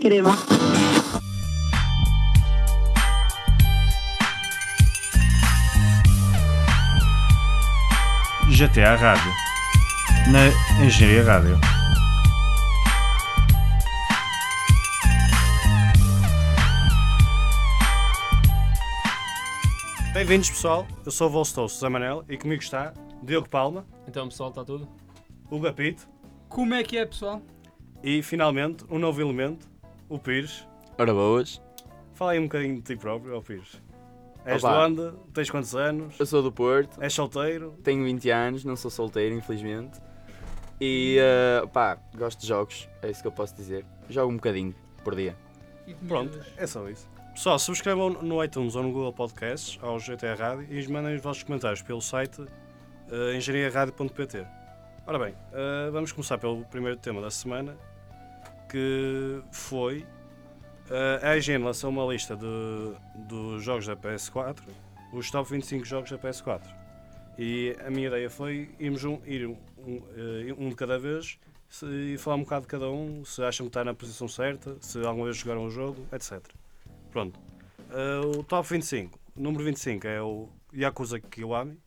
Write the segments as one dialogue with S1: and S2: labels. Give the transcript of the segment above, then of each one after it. S1: crema.
S2: GTA Rádio. Na Engenharia Rádio. Bem-vindos, pessoal. Eu sou o vosso host, José Manel, e comigo está Diogo Palma,
S3: Então, pessoal, está tudo?
S2: o Gapito
S4: Como é que é, pessoal?
S2: e, finalmente, um novo elemento, o Pires.
S5: Ora boas,
S2: Fala aí um bocadinho de ti próprio, ó Pires. És
S5: Opa.
S2: de onde? Tens quantos anos?
S5: eu sou do Porto,
S2: És solteiro?
S5: tenho 20 anos, não sou solteiro, infelizmente. E eh, pá, gosto de jogos, é isso que eu posso dizer. Jogo um bocadinho por dia.
S4: E de
S2: Pronto,
S4: miúdas?
S2: é só isso. Pessoal, subscrevam no iTunes ou no Google Podcasts ao GTA Rádio e mandem os vossos comentários pelo site eh, engenhariaradio.pt. Ora bem, eh, vamos começar pelo primeiro tema da semana, que foi eh, a IGN lançou uma lista de, dos jogos da PS4, os top 25 jogos da PS4. E a minha ideia foi irmos um, ir um, um, eh, um de cada vez se- e falar um bocado de cada um, se acham que está na posição certa, se alguma vez jogaram o jogo, etc. Pronto. Ah, o top 25. O número 25 é o Yakuza Kiwami.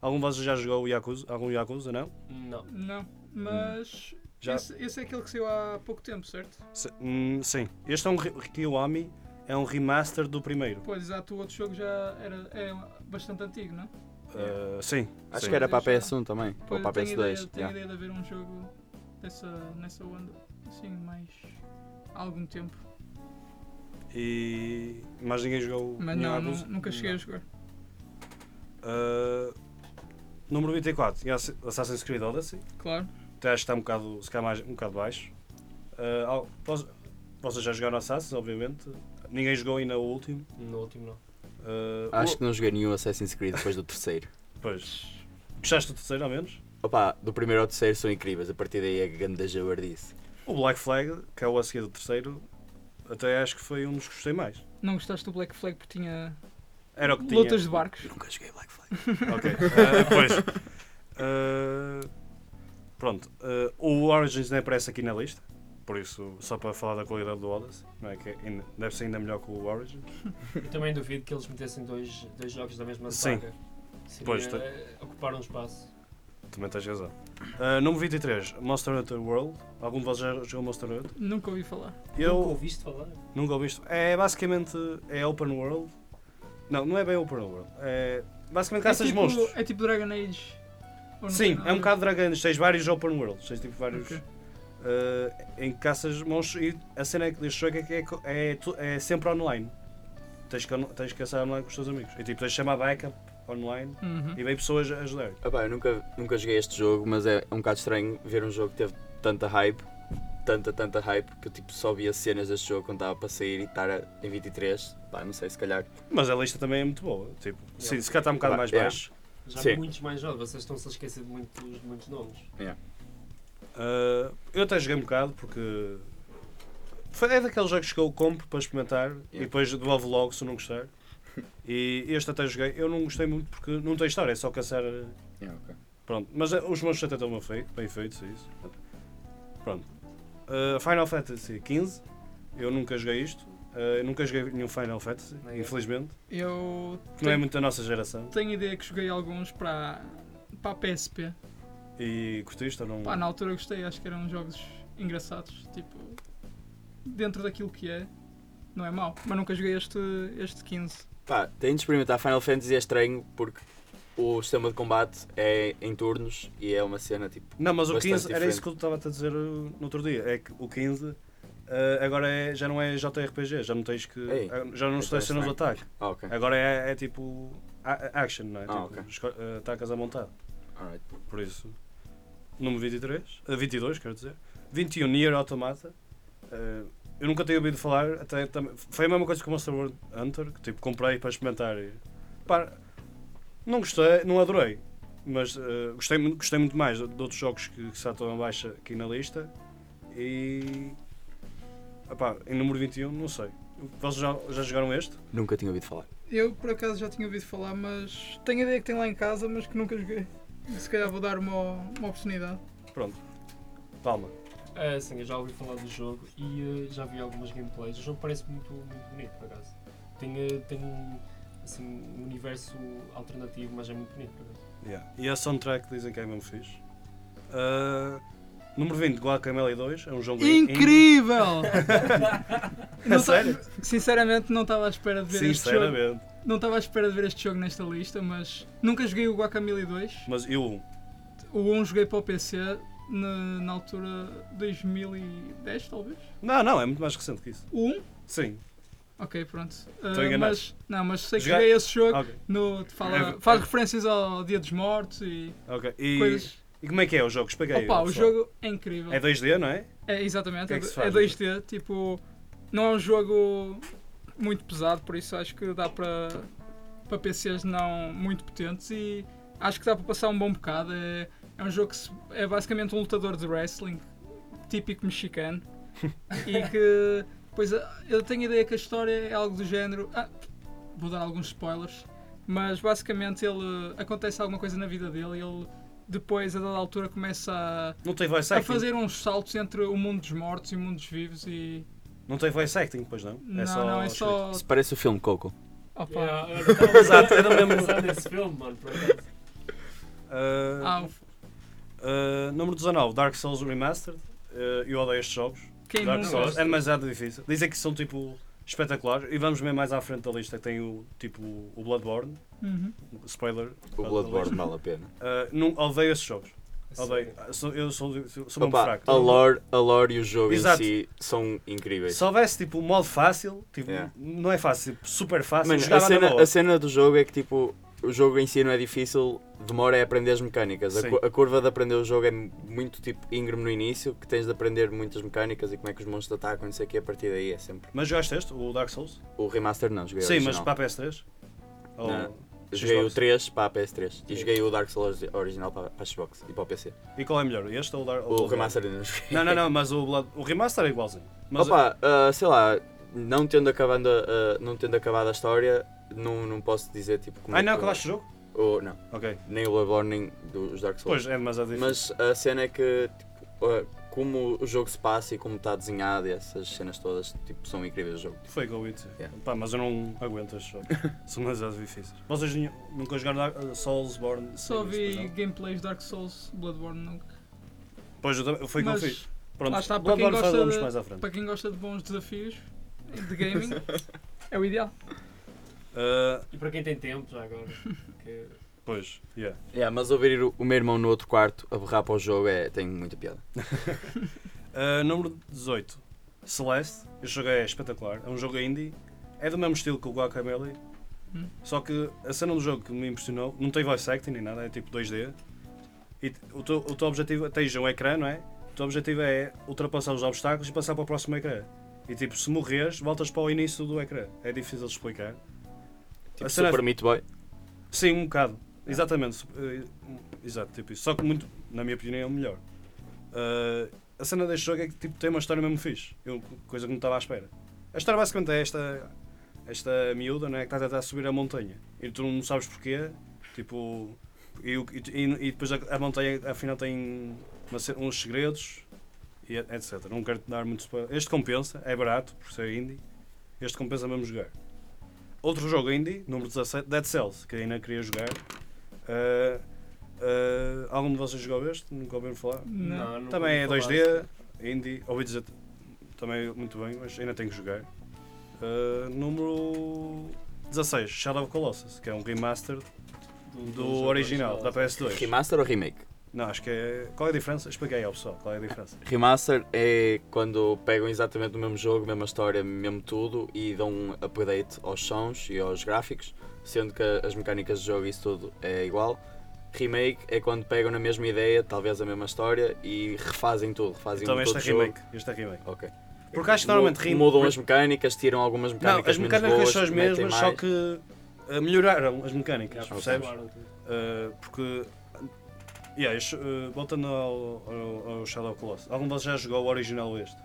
S2: Algum de vocês já jogou o Yakuza? Algum Yakuza, não?
S3: Não.
S4: Não, mas.
S2: Hum. Já-
S4: Esse, esse é aquele que saiu há pouco tempo, certo?
S2: Se- hum, sim. Este é um re- Kiwami, é um remaster do primeiro.
S4: Pois, exato, o outro jogo já era, é bastante antigo, não?
S2: Ah, sim.
S5: Acho
S2: sim.
S5: que era para a
S4: Deixa.
S5: PS1 também,
S4: Pois,
S5: ou para a
S4: tenho ideia,
S5: PS2.
S4: tenho
S5: yeah.
S4: ideia de haver um jogo dessa, nessa onda, assim, mais. há algum tempo.
S2: E. Mas ninguém jogou.
S4: Mas
S2: nenhum
S4: não, nu-
S2: Yakuza?
S4: nunca cheguei a jogar.
S2: Ah, número 24. tinha Assi- Assassin's Creed Odyssey.
S4: Claro.
S2: Até acho que está um bocado, se calhar mais, um bocado baixo. Ah, al- vós- vocês já jogaram Assassin's, obviamente. Ninguém jogou ainda o último.
S3: No último, não.
S2: Ah,
S5: Acho
S2: o-
S5: que não joguei nenhum Assassin's Creed depois do terceiro.
S2: Pois. Gostaste do terceiro, ao menos?
S5: Opa, do primeiro ao terceiro são incríveis, a partir daí é grande jabardice.
S2: O Black Flag, que é o a seguir do terceiro, até acho que foi um dos que gostei mais.
S4: Não gostaste do Black Flag porque tinha
S2: Era o que tinha.
S4: lutas de barcos?
S5: Nunca joguei Black Flag.
S2: Ok. Ah, pois. Ah, pronto. Ah, o Origins nem aparece aqui na lista. Por isso, só para falar da qualidade do Odyssey, não é? que é ainda- deve ser ainda melhor que o Origins.
S3: Eu também duvido que eles metessem dois, dois jogos da mesma
S2: Sim.
S3: saga. Seria
S2: Pois, tá-
S3: eh, ocupar um espaço.
S2: Também tens razão. Ah, número 23, Monster Hunter World. Algum de vocês já jogou Monster Hunter?
S4: Nunca ouvi falar.
S3: Nunca
S2: Eu
S3: ouviste falar?
S2: nunca ouvi isto. É basicamente é open world. Não, não é bem open world. É basicamente caças
S4: tipo,
S2: monstros.
S4: É tipo Dragon Age. ou não tem
S2: Sim,
S4: nada
S2: é
S4: a
S2: um
S4: ver?
S2: bocado Dragon Age. Tens vários open worlds, tens tipo vários.
S4: Ok.
S2: eh, em que caças monstros e a cena deste jogo é que é, co- é, tu- é sempre online. Tens que, on- tens que caçar online com os teus amigos. E tipo, tens de chamar backup online
S4: Uhum.
S2: e vem pessoas a ajudar.
S5: Opa, eu nunca, nunca joguei este jogo, mas é um bocado estranho ver um jogo que teve tanta hype, tanta, tanta hype, que eu tipo, só via cenas deste jogo quando estava para sair e estar a- em 23. Pá, não sei, se calhar
S2: Mas a lista também é muito boa. Tipo, sim, se calhar está um bocado
S5: Ah,
S2: mais
S5: yeah.
S2: baixo.
S3: Já
S5: Sim.
S3: há muitos mais jogos, vocês estão-se a esquecer de muitos, de muitos nomes.
S2: Uh, eu até joguei um bocado porque. Foi, é daqueles jogos que eu compro para experimentar e depois devolvo logo se eu não gostar. E este até joguei. Eu não gostei muito porque não tem história, é só caçar. uh, Pronto. Mas uh, os monstros até estão bem feitos, bem feitos é isso. Pronto. Uh, Final Fantasy XV. Eu nunca joguei isto. Uh, eu nunca joguei nenhum Final Fantasy,
S3: Nem eu.
S2: infelizmente.
S4: Eu
S2: que Não é
S4: tenho,
S2: muito da nossa geração.
S4: tenho ideia que joguei alguns para, para a PSP.
S2: E curtiste ou não?
S4: Pá, na altura gostei, acho que eram jogos engraçados. Tipo, dentro daquilo que é, não é mau. Mas nunca joguei este, este 15.
S5: Pá, tem de experimentar. Final Fantasy é estranho porque o sistema de combate é em turnos e é uma cena tipo.
S2: Não, mas o
S5: Bastante
S2: 15 era isso
S5: diferente.
S2: que eu estava a te dizer uh, no outro dia. É que o 15 uh, agora é- já não é JRPG, já não tens que.
S5: Ei,
S2: ah, já não
S5: então
S2: selecionas
S5: é
S2: o ataque.
S5: Ah, ok.
S2: Agora é, é tipo a- action, não é?
S5: Ah,
S2: tipo,
S5: ok.
S2: esco- uh, atacas à vontade.
S5: Alright.
S2: Por isso. Número 23. uh, 22, quero dizer. 21 Nier Automata. Uh, eu nunca tinha ouvido falar. Até, tam- foi a mesma coisa que o Monster World Hunter, que tipo, comprei para experimentar. E, pá, não gostei, não adorei. Mas uh, gostei, mu- gostei muito mais de de outros jogos que, que já estão em baixa aqui na lista. E. Epá, em número 21, não sei. Vocês já, já jogaram este?
S5: Nunca tinha ouvido falar.
S4: Eu por acaso já tinha ouvido falar, mas tenho ideia que tem lá em casa, mas que nunca joguei. Se calhar vou dar uma, uma oportunidade.
S2: Palma.
S3: Ah, sim, eu já ouvi falar do jogo e ah, já vi algumas gameplays. O jogo parece muito, muito bonito, por acaso. Tem, ah, tem assim, um universo alternativo, mas é muito bonito, por acaso.
S2: Yeah. E a soundtrack dizem que é mesmo fixe. Ah, número 20, Guacamelee 2, é um jogo indie.
S4: Incrível!
S2: É sério?
S4: tá- Sinceramente não estava à espera de ver este jogo.
S2: Sinceramente.
S4: Não estava à espera de ver este jogo nesta lista, mas nunca joguei o Guacamole 2.
S2: Mas eu, um.
S4: O 1 joguei para o PC na, na altura 2010, talvez.
S2: Não, não, é muito mais recente que isso.
S4: O 1?
S2: Sim.
S4: Ok, pronto. Ah,
S2: Estou enganado.
S4: mas, não, mas sei que
S2: Jogar-
S4: joguei esse jogo
S2: Ok.
S4: no, fala,
S2: É-
S4: faz
S2: é-
S4: referências ao Dia dos Mortos e
S2: ok. E,
S4: coisas.
S2: e como é que é o jogo? Explica aí.
S4: Opa,
S2: ao
S4: o
S2: pessoal.
S4: jogo é incrível.
S2: É 2D, não é?
S4: É, exatamente,
S2: O que é
S4: é,
S2: que se
S4: do-
S2: faz,
S4: é 2D, tipo, não é um jogo muito pesado, por isso acho que dá para para PCs não muito potentes e acho que dá para passar um bom bocado. É, é um jogo que se- é basicamente um lutador de wrestling, típico mexicano, e que pois eh, eu tenho a ideia que a história é algo do género. Ah, vou dar alguns spoilers, mas basicamente ele acontece alguma coisa na vida dele e ele depois a dada altura começa a
S2: Não tem voice
S4: a
S2: acting.
S4: fazer uns saltos entre o mundo dos mortos e o mundo dos vivos e.
S2: Não tem voice acting, pois não?
S4: não, não, é só.
S5: Isso parece o filme Coco.
S4: Opa.
S3: Yeah, eu tava-
S2: Exato, eu não
S3: tava
S2: lembro.
S3: pensando nesse filme, mano, por acaso.
S2: Ah,
S4: Ah, o-
S2: ah, número 19, Dark Souls Remastered. Ah, eu odeio estes jogos.
S4: quem
S2: Dark
S4: nunca-
S2: Souls
S3: gosta?
S2: é demasiado difícil. Dizem que são tipo espetaculares. E vamos ver mais à frente da lista. Tem o tipo o Bloodborne.
S4: Uhum.
S2: Spoiler.
S5: O Bloodborne vale a pena.
S2: Ah, não, odeio esses jogos.
S3: Esse
S2: Odeio.
S3: filme.
S2: Ah, sou- eu sou, sou, sou muito
S5: Opa,
S2: fraco.
S5: a lore, a lore e o jogo
S2: Exato.
S5: em si são incríveis.
S2: Se houvesse tipo um modo fácil, tipo,
S5: Yeah.
S2: não é fácil, tipo, super fácil,
S5: Mano, a,
S2: jogava na
S5: cena,
S2: boa.
S5: a cena do jogo é que tipo, o jogo em si não é difícil, demora é aprender as mecânicas.
S2: Sim.
S5: A, cu- a curva de aprender o jogo é muito tipo íngreme no início, que tens de aprender muitas mecânicas e como é que os monstros atacam, não sei o que, a partir daí é sempre.
S2: Mas jogaste este, o Dark Souls?
S5: O remaster não, joguei o
S2: Sim, mas
S5: original.
S2: para a PS3? Ou-
S5: Não. Joguei o
S2: Xbox.
S5: 3 para a PS3 e joguei o Dark Souls original para, para a Xbox e para o PC.
S2: E qual é melhor? Este ou o Dark
S5: O
S2: ou-
S5: remaster ainda não joguei.
S2: Não, não, não, mas o, Blood- o remaster é igualzinho. Mas
S5: Opa, ah, sei lá, não tendo, acabando, a- a- não tendo acabado a história, não, não posso dizer tipo como
S2: Ah,
S5: é
S2: não,
S5: que-
S2: acabaste o jogo?
S5: ou- não,
S2: Ok.
S5: nem o Bloodborne nem dos Dark Souls.
S2: Pois, é demasiado difícil.
S5: Mas a cena é que, tipo, ah, como o jogo se passa e como está desenhado e essas cenas todas, tipo, são incríveis o jogo.
S2: Foi com o It.
S5: Yeah.
S2: Pá, mas eu não aguento estes jogos. São demasiado difíceis. Vocês nenhum- nunca jogaram Dark- uh, Soulsborne?
S4: Só
S2: Sim,
S4: vi
S2: isso, pois não.
S4: gameplays de Dark Souls, Bloodborne nunca.
S2: Pois, eu também- foi o que eu
S4: mas
S2: fiz. Pronto,
S4: lá está, para quem
S2: Bloodborne
S4: gosta
S2: falamos
S4: de-
S2: mais à frente.
S4: para quem gosta de bons desafios de gaming, é o ideal.
S2: Ah,
S3: E para quem tem tempo já agora. que-
S2: pois, yeah.
S5: Yeah, mas ouvir o, o meu irmão no outro quarto a berrar para o jogo é, tem muita piada.
S2: Uh, número 18, Celeste. Este jogo é espetacular. É um jogo indie. É do mesmo estilo que o Guacamelee.
S4: Hum.
S2: Só que a cena do jogo que me impressionou não tem voice acting nem nada, é tipo 2D. E t- o teu, o teu objetivo. Tens um ecrã, não é? O teu objetivo é ultrapassar os obstáculos e passar para o próximo ecrã. E tipo, se morreres, voltas para o início do ecrã. É difícil de explicar.
S5: Tipo,
S2: a cena é
S5: Super Meat Boy.
S2: Sim, um bocado. Exatamente. Sup- eh, um- Exato, tipo isso. Só que muito, na minha opinião, é melhor. Ah, a cena deste jogo é que tipo, tem uma história mesmo fixe. Eu, coisa que não estava à espera. A história basicamente é esta, esta miúda né, que está a tentar subir a montanha. E tu não sabes porquê. Tipo. E, o- e tu- e- e depois a, a montanha afinal tem uma ce- uns segredos e et- etc. Não quero te dar muito spoiler. Este compensa, é barato por ser indie. Este compensa mesmo jogar. Outro jogo indie, número 17, Dead Cells, que ainda queria jogar. Ah, ah, algum de vocês jogou este? Nunca ouviram falar?
S4: Não.
S3: não
S2: Também é
S3: ouvi falar.
S2: 2D, indie, ouvi dizer também muito bem, mas ainda tenho que jogar. Ah, número 16, Shadow of Colossus, que é um remaster do
S3: jogo
S2: original,
S3: é.
S2: da PS2.
S5: Remaster ou remake?
S2: Não, acho que é. Qual é a diferença? Expliquei ao pessoal qual é a diferença.
S5: Remaster é quando pegam exatamente o mesmo jogo, mesma história, mesmo tudo e dão um update aos sons e aos gráficos, sendo que as mecânicas de jogo e isso tudo é igual. Remake é quando pegam na mesma ideia, talvez a mesma história, e refazem tudo, refazem
S2: Então
S5: um
S2: este é
S5: todo o jogo.
S2: remake. Este é remake.
S5: Ok.
S2: Porque acho que normalmente rem-
S5: mudam as mecânicas, tiram algumas
S2: Não,
S5: mecânicas.
S2: as
S5: menos
S2: mecânicas
S5: boas,
S2: são as
S5: metem
S2: mesmas,
S5: mais.
S2: só que ah, melhoraram as
S3: Já,
S2: mecânicas,
S3: já
S2: percebes?
S3: falaram tudo.
S2: Uh, porque. Yeah, este, uh, voltando ao, ao, ao Shadow of Colossus, algum de vocês já jogou o original este?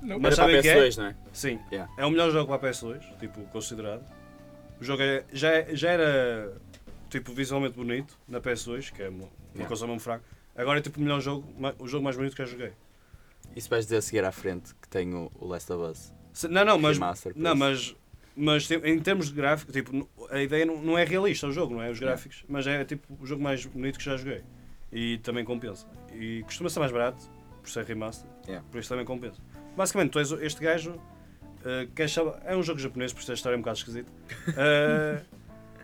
S4: Não.
S5: Mas
S2: sabem
S5: para
S2: o que é?
S5: PS2, não é?
S2: Sim.
S5: Yeah.
S2: É o melhor jogo para a PS2, tipo, considerado. O jogo é- já, é- já era, tipo, visualmente bonito na PS2, que é uma, uma
S5: Yeah.
S2: coisa mesmo fraca. Agora é, tipo, o melhor jogo, ma- o jogo mais bonito que já joguei.
S5: Isso vais dizer a seguir à frente que tem o o Last of Us.
S2: Se- Não, não, mas,
S5: Remaster, por
S2: não,
S5: isso.
S2: mas, mas tipo, em termos de gráfico, tipo, n- a ideia não, não é realista o jogo, não é? Os gráficos, mas é tipo o jogo mais bonito que já joguei. E também compensa. E costuma ser mais barato, por ser remaster,
S5: Yeah.
S2: por isso também compensa. Basicamente, tu és o- este gajo, eh, que é, chama- é um jogo japonês, por isso a história é um bocado esquisita. Eh,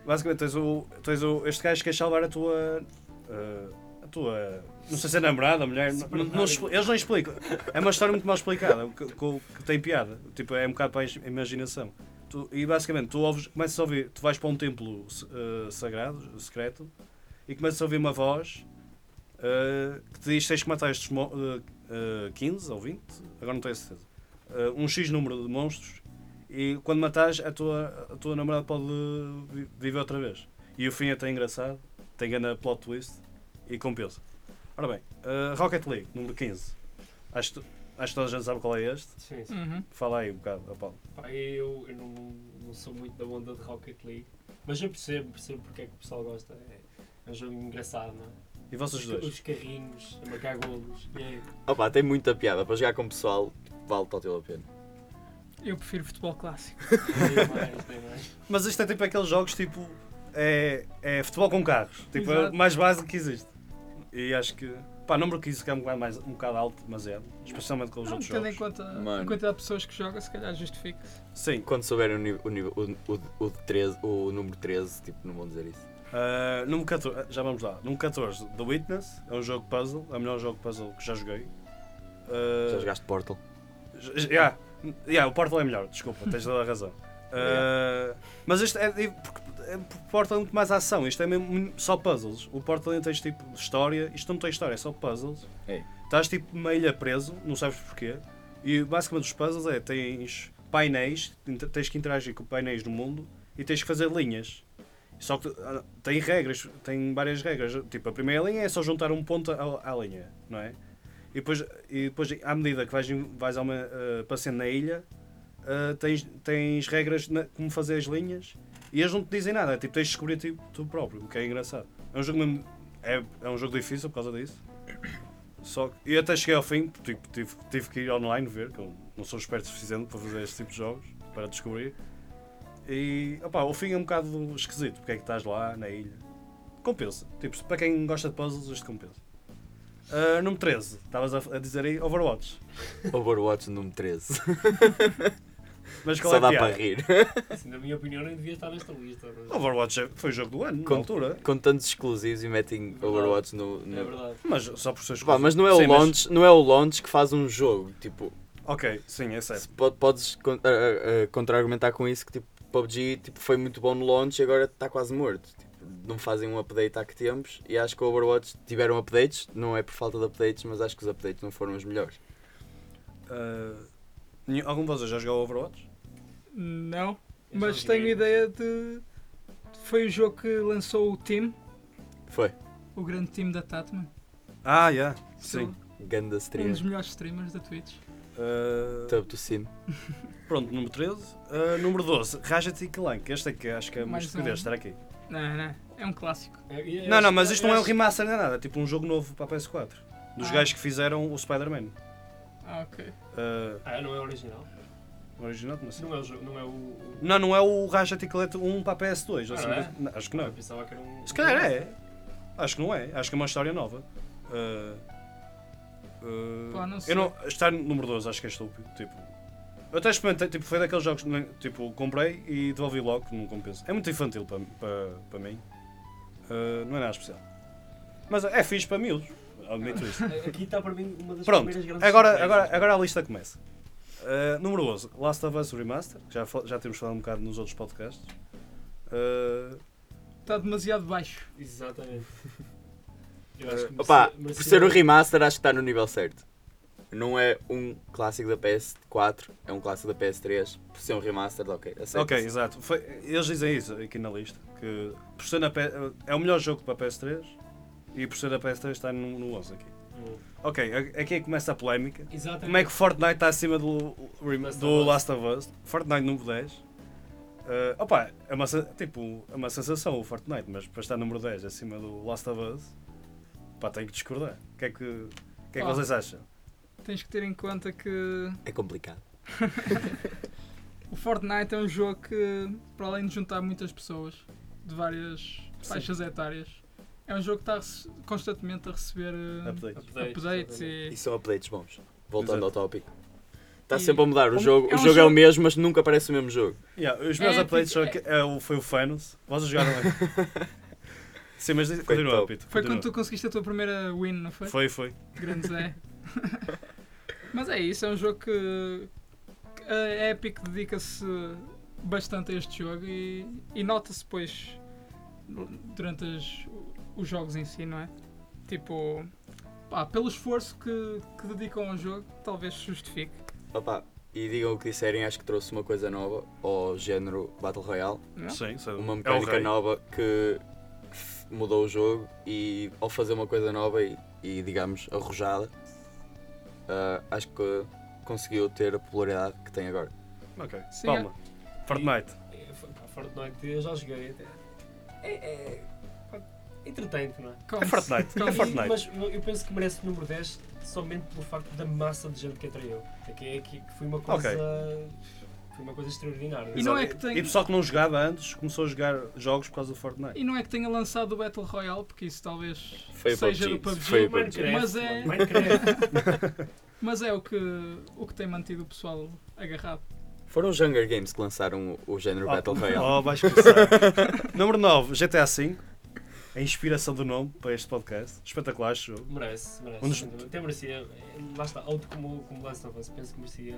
S2: basicamente, tu és, o, tu és o, este gajo que quer salvar a tua... eh, a tua, não sei se é namorada, mulher, não, não- não se expli- eles não explicam. É uma história muito mal explicada, que, que- que tem piada. Tipo, é um bocado para a im- imaginação. Tu- e basicamente, tu ouves, começas a ouvir, tu vais para um templo se- eh, sagrado, secreto, e começas a ouvir uma voz eh, que te diz que tens que matar estes mo- eh, eh, 15 ou 20, agora não tenho certeza, eh, um X número de monstros, e quando matares, a tua, a tua namorada pode vi- viver outra vez. E o fim é até engraçado, tem grande plot twist e compensa. Ora bem, eh, Rocket League, número 15. Acho que, tu- acho que toda a gente sabe qual é este.
S3: Sim, sim.
S4: Uhum.
S2: Fala aí um bocado, ó Paulo.
S3: Pá, eu, eu não, não sou muito da onda de Rocket League, mas eu percebo, percebo porque é que o pessoal gosta. É, é um jogo engraçado, não é?
S2: E vocês
S3: Os,
S2: dois?
S3: os carrinhos, a marcar golos. e é-
S5: Opa, tem muita piada. Para jogar com o pessoal, vale total a pena.
S4: Eu prefiro futebol clássico.
S3: Nem mais, nem mais.
S2: Mas isto é tipo aqueles jogos tipo. É, é futebol com carros. Tipo, é
S4: Exato.
S2: o mais básico que existe. E acho que. Pá, número 15 que é um bocado, mais, um bocado alto, demasiado. Especialmente com os
S4: Não,
S2: outros
S4: Ah, tendo
S2: jogos.
S4: em conta a
S5: Mano.
S4: quantidade de pessoas que joga, se calhar justifica-se.
S2: Sim.
S5: Quando souberem o, nível- o, nível- o, o, o, de 13, o número 13, tipo, não vão dizer isso.
S2: Ah, número 14. Já vamos lá. Número 14, The Witness. É um jogo puzzle. É o melhor jogo puzzle que já joguei. Ah,
S5: Já jogaste Portal?
S2: J- j- Yeah. Yeah, o Portal é melhor, desculpa, tens toda a razão. Uh, mas este é, é, porque- é, porque o Portal é muito mais ação, isto é mesmo mu- só puzzles. O Portal não tens tipo história, isto não tem história, é só puzzles.
S5: É.
S2: Estás tipo numa ilha preso, não sabes porquê. E basicamente os puzzles é tens painéis, inter- tens que interagir com painéis no mundo e tens que fazer linhas. Só que ah, tem regras, tem várias regras. Tipo, a primeira linha é só juntar um ponto à, à linha, não é? E depois, e depois, à medida que vais, vais aumen- eh, passeando na ilha, eh, tens, tens regras na- como fazer as linhas e eles não te dizem nada. é Tipo, tens de descobrir tipo, tu próprio, o que é engraçado. É um jogo mesmo- é, é um jogo difícil por causa disso. Só que eu até cheguei ao fim, tipo, tive, tive que ir online ver, que eu não sou esperto o suficiente para fazer este tipo de jogos, para descobrir. E opá, o fim é um bocado esquisito, porque é que estás lá na ilha. Compensa. Tipo, se- para quem gosta de puzzles, isto compensa. Ah, número 13, estavas a, a dizer aí Overwatch.
S5: Overwatch número 13.
S2: Mas qual
S5: Só
S2: é a
S5: dá
S2: piada?
S5: para rir.
S3: Assim, na minha opinião, nem devia estar nesta lista. mas-
S2: Overwatch é- foi o jogo do ano,
S5: Com-
S2: na altura.
S5: Com tantos exclusivos e metem
S3: Verdade.
S5: Overwatch no.
S3: É
S5: no...
S3: verdade.
S2: Mas só por seus
S5: Pá, mas não é, o launch, não é o launch que faz um jogo. Tipo,
S2: Ok, sim, é
S5: se
S2: certo.
S5: po- podes con- ah, ah, ah, contra-argumentar com isso que tipo, PUBG tipo, foi muito bom no launch e agora está quase morto. Tipo, não fazem um update há que tempos e acho que o Overwatch tiveram updates, não é por falta de updates, mas acho que os updates não foram os melhores.
S2: Ah, nenhum- algum de vocês já jogou Overwatch?
S4: Não,
S3: Eu
S4: mas
S3: já joguei,
S4: tenho ideia de. Foi o jogo que lançou o time,
S5: Foi.
S4: o grande time da Tatman.
S2: Ah, já. Sim.
S4: Sou
S5: Ganda
S4: Um dos
S5: stream.
S4: melhores streamers da Twitch.
S2: Ah,
S5: Tub to sim.
S2: pronto, número 13. Ah, número 12, Ratchet e Clank. Este é que acho que é uma
S4: Mais um.
S2: estupidez estar aqui.
S4: Não, não, é um clássico.
S3: É- e-
S2: Não,
S3: acho-
S2: não, mas isto não é um
S3: acho-
S2: remaster nem nada. É tipo um jogo novo para a PS4. Dos
S4: Ah.
S2: gajos que fizeram o Spider-Man.
S4: Ah, ok.
S2: Ah,
S3: Ah, não é original?
S2: original, como assim?
S3: Não é o jogo, não é o... o-
S2: Não, não é o Ratchet e Clank 1 para a PS2.
S3: Ah,
S2: assim,
S3: não é?
S2: não- acho que
S3: Eu
S2: não.
S3: pensava que era um...
S2: Se calhar é. Acho que não é. Acho que é uma história nova. Ah, ah,
S4: Pá, não sei.
S2: eu não, estar no número 12 acho que é estúpido. Tipo, eu até experimentei, tipo, foi daqueles jogos que nem- tipo, comprei e devolvi logo, não compensa. É muito infantil para, para, para mim. Ah, não é nada especial. Mas é fixe para miúdos, admito isso.
S3: Aqui está para mim uma das
S2: Pronto,
S3: primeiras grandes
S2: Agora,
S3: surpresas.
S2: agora, agora a lista começa. Uh, número 11, Last of Us Remaster, que já, fal- já temos falado um bocado nos outros podcasts. Uh,
S4: Está Tá demasiado baixo.
S3: Exatamente.
S5: Opa, por ser um remaster, acho que está no nível certo. Não é um clássico da PS4, é um clássico da PS3. Por ser um remaster, ok. aceito.
S2: ok, exato. Foi- eles dizem isso aqui na lista, que por ser na P- é o melhor jogo para a PS3 e por ser da PS3 está no, no 11 aqui. Ok, a- aqui é que começa a polémica.
S3: Exatamente.
S2: Como é que Fortnite está acima do, rem-
S3: Last of
S2: do
S3: Us.
S2: Last of Us? Fortnite número 10. Uh, opa, é uma, sen- tipo, é uma sensação o Fortnite, mas para estar número 10 acima do Last of Us, pá, tenho que discordar. O que é que, o que, é que
S4: Ah.
S2: vocês acham?
S4: tens que ter em conta que
S5: É complicado.
S4: o Fortnite é um jogo que, para além de juntar muitas pessoas de várias faixas etárias, é um jogo que está a rece- constantemente a receber eh,
S2: Update.
S4: updates e
S5: E são updates bons. Voltando
S2: Exato.
S5: ao tópico. Está
S4: E-
S5: sempre a mudar o
S4: um-
S5: jogo.
S4: é um
S5: o jogo é o
S4: jogo-
S5: mesmo, mas nunca parece o mesmo jogo.
S2: Yeah, os meus
S4: É,
S2: updates
S4: tipo,
S2: são que- é o- foi o Thanos. Vocês jogaram é? Sim, mas continua,
S5: top.
S2: Pito.
S4: Foi
S2: continua.
S4: quando tu conseguiste a tua primeira win, não foi?
S2: Foi, foi.
S4: Grande Zé. Mas é isso, é um jogo que que a Epic dedica-se bastante a este jogo e, e nota-se pois durante as- os jogos em si, não é? Tipo, pá, pelo esforço que, que dedicam ao jogo, talvez se justifique.
S5: Opa, e digam o que disserem, acho que trouxe uma coisa nova ao género Battle Royale.
S4: Não?
S2: Sim, sim.
S5: Uma
S2: é o
S5: mecânica
S2: rei.
S5: nova que f- mudou o jogo e ao fazer uma coisa nova e, e, digamos, arrojada, ah, acho que conseguiu ter a popularidade que tem agora.
S2: Ok,
S4: Sim,
S2: palma. Fortnite.
S3: É, f- pá, Fortnite, eu já joguei até. É. é pá, entretente, não é?
S4: Como
S2: É
S4: se-
S2: Fortnite.
S4: como
S2: É
S4: se-
S2: Fortnite.
S3: Mas eu penso que merece o número 10 somente pelo facto da massa de gente que atraiu. É que, é que foi uma coisa. Foi uma coisa extraordinária.
S4: E não é
S2: Exato.
S4: que tem-
S2: E pessoal que não jogava antes começou a jogar jogos por causa do Fortnite.
S4: E não é que tenha lançado o Battle Royale, porque isso talvez
S5: Foi o
S4: seja
S5: PUBG,
S4: do PUBG,
S5: foi o
S3: Minecraft,
S4: mas
S3: mano,
S4: é-
S3: Minecraft.
S4: mas é o que, o que tem mantido o pessoal agarrado.
S5: Foram os Hunger Games que lançaram o, o género Battle Royale.
S2: Oh, vais começar. Número 9, GTA V. A inspiração do nome para este podcast. Espetacular este jogo.
S3: merece, merece.
S2: Um dos-
S3: Até merecia. é, Lá está, outro como, como Last of Us, penso que merecia.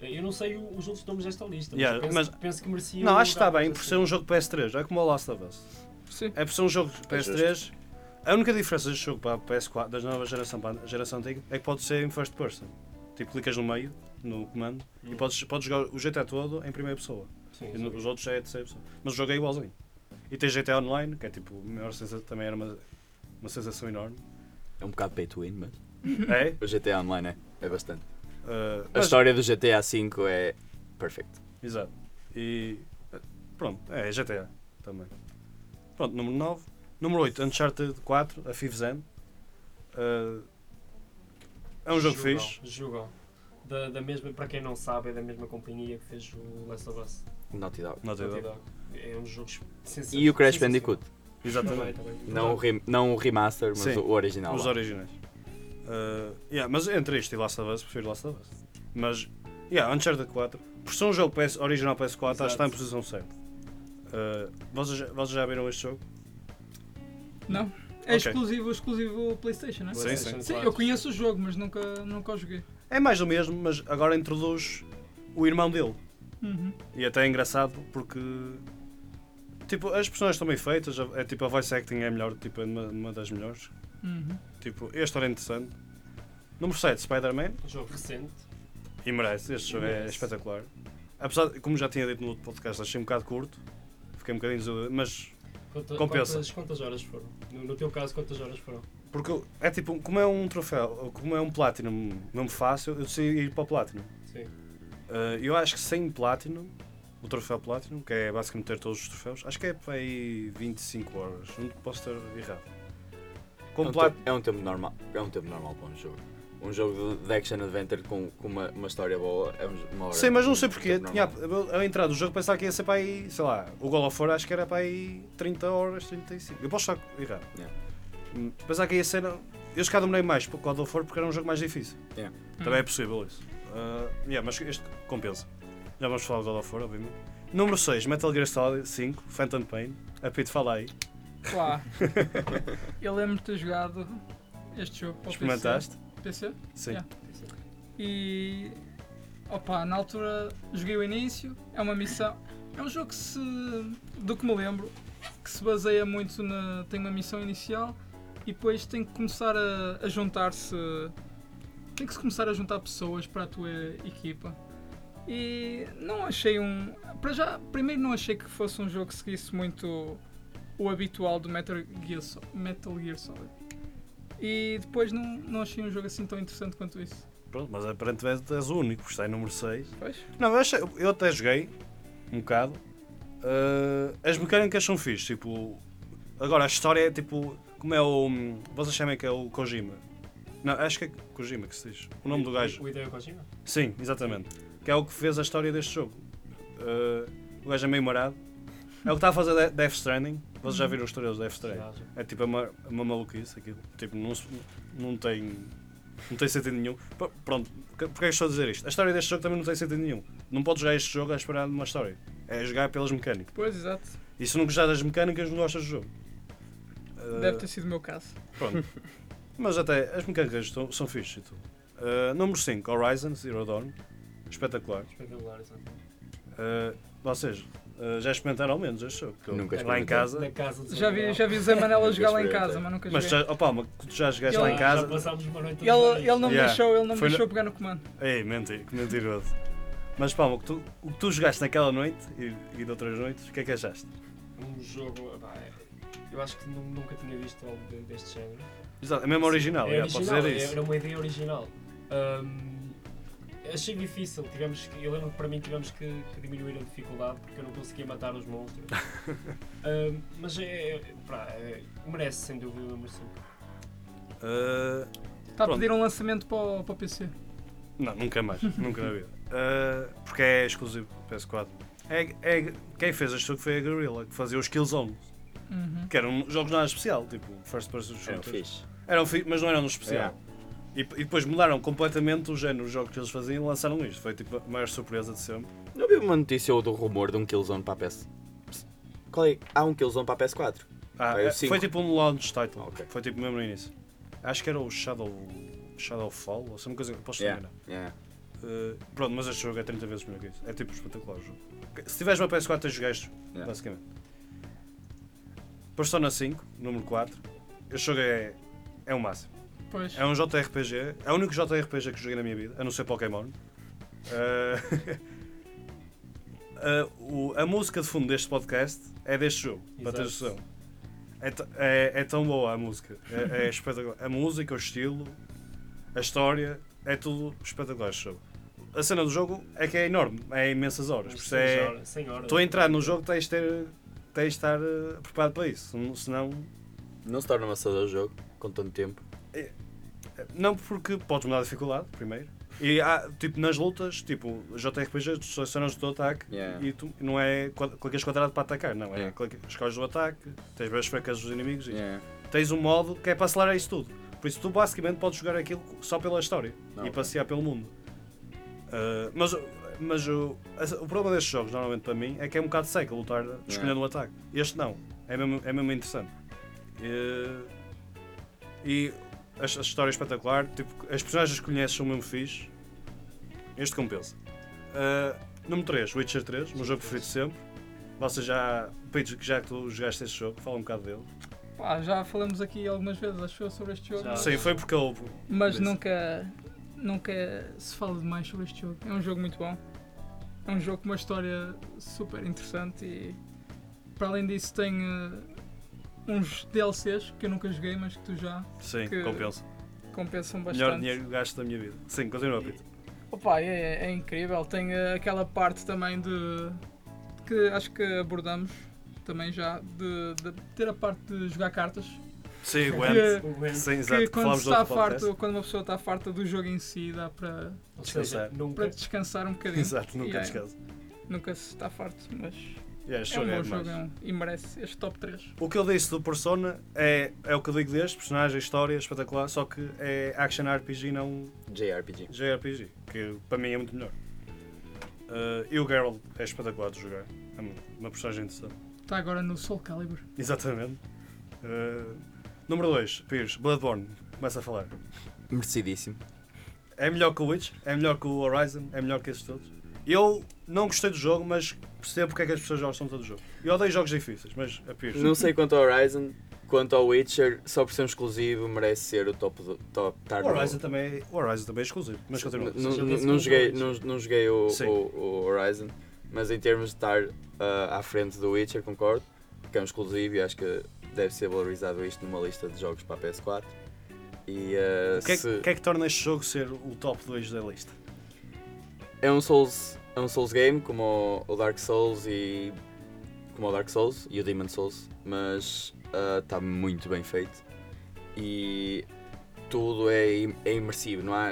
S3: eh, Eu não sei o- os outros nomes desta lista,
S2: Yeah,
S3: mas,
S2: mas-
S3: penso, penso que merecia.
S2: Não,
S3: um
S2: acho que está
S3: lugar,
S2: bem,
S3: mas
S2: por
S3: assim,
S2: ser um jogo PS3. É como o Last of Us.
S4: Sim.
S2: É por ser um jogo de PS3. A única diferença deste jogo para a PS4, da nova geração para a geração antiga, é que pode ser em first person. Tipo, clicas no meio, no comando, e
S3: Hum.
S2: podes, podes jogar o GTA todo em primeira pessoa.
S3: sim,
S2: E
S3: sim.
S2: no- os outros é de terceira pessoa. Mas o jogo é igualzinho. E tem GTA Online, que é tipo, a maior sensação, também era uma, uma sensação enorme.
S5: É um bocado pay to win, mas
S2: É?
S5: o GTA Online é, é bastante.
S2: eh,
S5: A
S2: mas-
S5: história do GTA V é perfeita.
S2: Exato. E eh, pronto, é GTA também. Pronto, número 9. Número 8, Uncharted 4, a Thieves End. Eh, é um jogo
S3: Jogão,
S2: fixe.
S3: Jogão. Da, da mesma, para quem não sabe, é da mesma companhia que fez o Last of Us.
S5: Naughty Dog.
S2: Não tem
S3: Naughty
S2: dúvida.
S3: Dog. É um jogo sensacional. Tá
S5: E o Crash Bandicoot.
S3: Também,
S2: Exatamente.
S3: também.
S5: Não o, rem- não o remaster, mas
S2: Sim.
S5: o original.
S2: Os
S5: lá.
S2: originais. Eh, yeah, mas entre este e Last of Us, prefiro Last of Us. Mas, yeah, Uncharted 4, por ser um jogo PS, original PS4, acho que está em
S3: Exato.
S2: posição certa. Eh, vocês, já- vocês já viram este jogo?
S4: Não? É
S2: Ok.
S4: exclusivo, exclusivo PlayStation, não é?
S2: Sim,
S3: PlayStation
S4: Sim,
S3: 4.
S4: eu conheço o jogo, mas nunca, nunca o joguei.
S2: É mais do mesmo, mas agora introduz o irmão dele. E até é engraçado porque. Tipo, as personagens estão bem feitas, a- é tipo a voice acting é melhor, tipo, é uma, uma das melhores.
S4: Uhum.
S2: Tipo, este história é interessante. Número 7, Spider-Man,
S3: Um jogo recente.
S2: e merece, este jogo é
S3: Merece.
S2: espetacular. Apesar de, como já tinha dito no outro podcast, achei um bocado curto, fiquei um bocadinho desiludido, mas.
S3: Quanta-
S2: Compensa.
S3: Quantas, quantas horas foram? No, no teu caso, quantas horas foram?
S2: Porque é tipo, como é um troféu, ou como é um Platinum mesmo fácil, eu decidi ir para o Platinum.
S3: Sim.
S2: Eh, eu acho que sem Platinum, o troféu Platinum, que é basicamente ter todos os troféus, acho que é para aí 25 horas, não posso ter errado.
S5: É
S2: Com
S5: um,
S2: plat-
S5: tempo, é um tempo normal. É um tempo normal para um jogo. Um jogo de, de action adventure com, com uma, uma história boa é um, uma hora.
S2: Sei, mas não sei
S5: um
S2: porquê.
S5: tempo
S2: Tinha,
S5: normal.
S2: eu- eu entrar do jogo pensava que ia ser para aí, sei lá, o God of War acho que era para aí 30 horas, 35. Eu posso estar errado.
S5: Yeah.
S2: Hum, Pensava que ia ser. Eu se calhar demorei mais para o God of War porque era um jogo mais difícil.
S5: Yeah.
S2: Também é possível isso. Ah, yeah, mas este compensa. Já vamos falar do God of War, obviamente. Número 6, Metal Gear Solid 5, Phantom Pain. A Pete fala aí.
S4: Claro. eu lembro de ter jogado este jogo para o
S2: Experimentaste?
S4: PC. PC?
S2: Sim.
S4: Yeah. E. Opa, na altura joguei o início, é uma missão. É um jogo que se. do que me lembro, que se baseia muito na. tem uma missão inicial e depois tem que começar a, a juntar-se. tem que se começar a juntar pessoas para a tua equipa. E não achei um. Para já, primeiro não achei que fosse um jogo que seguisse muito o habitual do Metal Gear, So- Metal Gear Solid. E depois não, não achei um jogo assim tão interessante quanto isso.
S2: Pronto, mas aparentemente és o único, porque está em número 6.
S4: Pois?
S2: Não, eu, achei- eu até joguei um bocado. Ah, as mecânicas são fixe, tipo. Agora a história é tipo. Como é o. Vocês chamam que é o Kojima? Não, acho que é Kojima que se diz. O nome do gajo.
S3: O Hideo Kojima?
S2: Sim, exatamente. Que é o que fez a história deste jogo. Eh, o gajo é meio marado. É o que está a fazer de- Death Stranding. Vocês já viram os tutorials de Death Stranding?
S3: Já, Ah, já.
S2: É tipo uma, uma maluquice aquilo. Tipo, não, se- não tem. Não tem sentido nenhum. P- Pronto, porque porque é que estou a dizer isto? A história deste jogo também não tem sentido nenhum. Não podes jogar este jogo a esperar uma história. É jogar pelas mecânicas.
S4: Pois, exato.
S2: E se não gostar das mecânicas, não gostas do jogo. Eh,
S4: Deve ter sido o meu caso.
S2: Pronto. Mas até as mecânicas estão, são fixas e tudo. Uh, número 5, Horizon Zero Dawn. Espetacular.
S3: Espetacular, exato.
S2: Uh, vocês uh, já experimentaram ao menos este jogo? Que eu-
S5: Nunca
S2: Lá em
S5: experimentei.
S2: casa.
S3: Na casa de
S4: Já vi, já vi Zé Manela jogar lá em casa, mas nunca
S2: Mas
S4: joguei.
S2: já, opa, mas tu já jogaste
S4: Ele-
S2: lá em casa.
S3: Já passámos uma noite
S4: Ele, ele não me
S2: Yeah.
S4: deixou, ele não
S2: Foi
S4: me
S2: no-
S4: deixou pegar no comando.
S2: Ei, mentira, É, que mentiroso. Mas pá, o que, tu, o que tu jogaste naquela noite e, e de outras noites, o que é que achaste?
S3: Um jogo. epá, é- eu acho que nu- nunca tinha visto algo de- deste género.
S2: Exato, é mesmo original,
S3: É
S2: é, posso dizer
S3: é-
S2: isso.
S3: Era uma ideia original. Ahm, achei difícil, tivemos que, eu lembro que para mim tivemos que, que diminuir a dificuldade porque eu não conseguia matar os monstros. Ahm, mas é, é- pá, é- merece sem dúvida o número 5.
S2: Uh,
S4: Está a
S2: Pronto.
S4: pedir um lançamento para o, para o PC.
S2: Não, nunca mais, nunca na vida. Uh, porque é exclusivo PS4. É, é- quem fez este jogo foi a Guerrilla, que fazia os Killzone,
S4: Uhum.
S2: que eram jogos nada especial, tipo First Person
S5: Era
S2: Shooter.
S5: É, fixe.
S2: Eram fi- mas não eram no especial. E, e depois mudaram completamente o género dos jogos que eles faziam e lançaram isto. Foi tipo a maior surpresa de sempre.
S5: Não vi uma notícia ou do rumor de um Killzone para a PS. Qual é? Há um Killzone para a PS4.
S2: Ah,
S5: Ah, é
S2: é-
S5: o cinco.
S2: foi tipo um launch title.
S5: Ah, ok.
S2: Foi tipo mesmo no início. Acho que era o Shadow. Shadowfall, ou se é uma coisa que posso
S5: Yeah.
S2: enganar.
S5: Yeah.
S2: Uh, pronto, mas este jogo é 30 vezes melhor que isso. É tipo espetacular o jogo. Se tiveres uma PS4, tens de jogar isto,
S5: Yeah.
S2: basicamente. Persona 5, número 4. Este jogo é, é o máximo.
S4: Pois.
S2: É um JRPG, é o único JRPG que joguei na minha vida, a não ser Pokémon. Ah, ah, o- a música de fundo deste podcast é deste jogo, para
S3: Exato.
S2: teres noção. É, t- é- é tão boa a música, é, é espetacular. A música, o estilo, a história, é tudo espetacular este jogo. A cena do jogo é que é enorme, é imensas horas. Por isso é- Tu a entrar no jogo tens de, ter, tens de estar ah, preparado para isso, senão- senão
S5: Não se torna amassador o jogo, com tanto tempo.
S2: Não, porque podes mudar a dificuldade, primeiro. E há, tipo, nas lutas, tipo, JRPG, tu selecionas o teu ataque
S5: Yeah.
S2: e tu não é qua- clicas quadrado para atacar, não. É
S5: Yeah.
S2: clica- escolhes o ataque, tens várias facas dos inimigos e tens um modo que é para acelerar isso tudo. Por isso, tu basicamente podes jogar aquilo só pela história
S5: Ah,
S2: e
S5: ok.
S2: passear pelo mundo. Ah, mas mas o, a- o problema destes jogos, normalmente para mim, é que é um bocado seco lutar escolhendo o ataque. Este não, é mesmo, é mesmo interessante. E, e a, a história é espetacular, tipo, as personagens que conheces são mesmo fixe. Este compensa. Ah, número 3, Witcher 3, meu jogo preferido de sempre. Vocês já. Pedro, que já que tu jogaste este jogo, fala um bocado dele.
S4: Pá, já falamos aqui algumas vezes, acho eu, sobre este jogo.
S3: Já. Ah,
S2: Sim, foi porque eu.
S4: Mas
S2: Desse.
S4: nunca, nunca se fala demais sobre este jogo. É um jogo muito bom. É um jogo com uma história super interessante e para além disso tem eh, uns DLCs que eu nunca joguei, mas que tu já
S2: Sim,
S4: que-
S2: compensa.
S4: compensam
S2: Melhor
S4: bastante.
S2: dinheiro gasto da minha vida. Sim, continua, Pedro.
S4: Opa, é, é incrível. Tem eh, aquela parte também de. que acho que abordamos também já, de, de ter a parte de jogar cartas.
S2: Sim,
S4: Que-
S2: aguente.
S3: Um
S2: Sim, exato.
S4: que quando,
S2: Falámos
S4: se
S2: do
S4: está
S2: outro podcast.
S4: farto, quando uma pessoa está farta do jogo em si, dá para,
S3: Ou seja,
S2: Descansar.
S4: para
S3: nunca.
S4: descansar um bocadinho.
S2: Exato, nunca
S4: Yeah.
S2: descansa.
S4: Nunca se está farto, mas
S2: Yeah, este
S4: é um
S2: jogo
S4: bom
S2: é
S4: jogo
S2: demais.
S4: é um- e merece este top 3.
S2: O que eu disse do Persona é, é o que eu digo deste, personagem, história, espetacular, só que é action RPG não
S5: JRPG.
S2: JRPG, que para mim é muito melhor. Uh, e o Geralt é espetacular de jogar, é uma- uma personagem interessante.
S4: Está agora no Soul Calibur.
S2: Exatamente. Uh, número 2, Pires, Bloodborne, começa a falar.
S5: Merecidíssimo.
S2: É melhor que o Witch, é melhor que o Horizon, é melhor que esses todos. Eu não gostei do jogo, mas percebo porque é que as pessoas gostam tanto do jogo. Eu odeio jogos difíceis, mas a Pires.
S5: Não sei quanto ao Horizon, quanto ao Witcher, só por ser um exclusivo, merece ser o top do top estar
S2: O
S5: no-
S2: Horizon, também, o Horizon também é exclusivo, mas continua.
S5: N- n-
S3: já
S5: n-
S3: disse
S5: Não
S3: com
S5: joguei,
S3: o
S5: não, não joguei o,
S2: Sim.
S5: o, o Horizon, mas em termos de estar ah, à frente do Witcher, concordo, que é um exclusivo e acho que deve ser valorizado isto numa lista de jogos para a PS4. E ah,
S2: O que, é,
S5: se-
S2: que- que é que torna este jogo ser o top 2 da lista?
S5: é um Souls é um Souls game como o o Dark Souls e como o Dark Souls ah, tá e o Demon Souls mas está muito bem feito e tudo é, im- é imersivo, não há.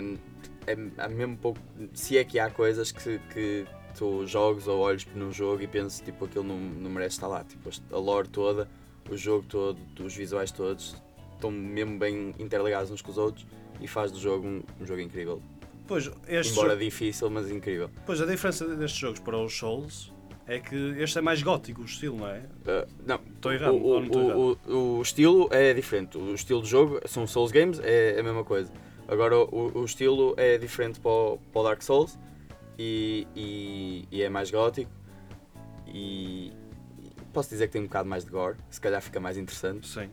S5: É, há mesmo pouco. Se é que há coisas que, que tu jogas ou olhas num jogo e pensas tipo aquilo não, não merece estar lá. Tipo, a lore toda, o jogo todo, os visuais todos estão mesmo bem interligados uns com os outros e faz do jogo um, um jogo incrível.
S2: Pois, este
S5: Embora
S2: jogo-
S5: difícil, mas incrível.
S2: pois, a diferença destes jogos para os Souls é que este é mais gótico o estilo, não é?
S5: Uh, não,
S2: Estou errado,
S5: o,
S2: ou não estou
S5: o-
S2: errado?
S5: o- o estilo é diferente. O estilo de jogo são Souls Games, é a mesma coisa. Agora, o, o estilo é diferente para o, para o Dark Souls e, e- e é mais gótico. E posso dizer que tem um bocado mais de gore, se calhar fica mais interessante.
S2: Sim.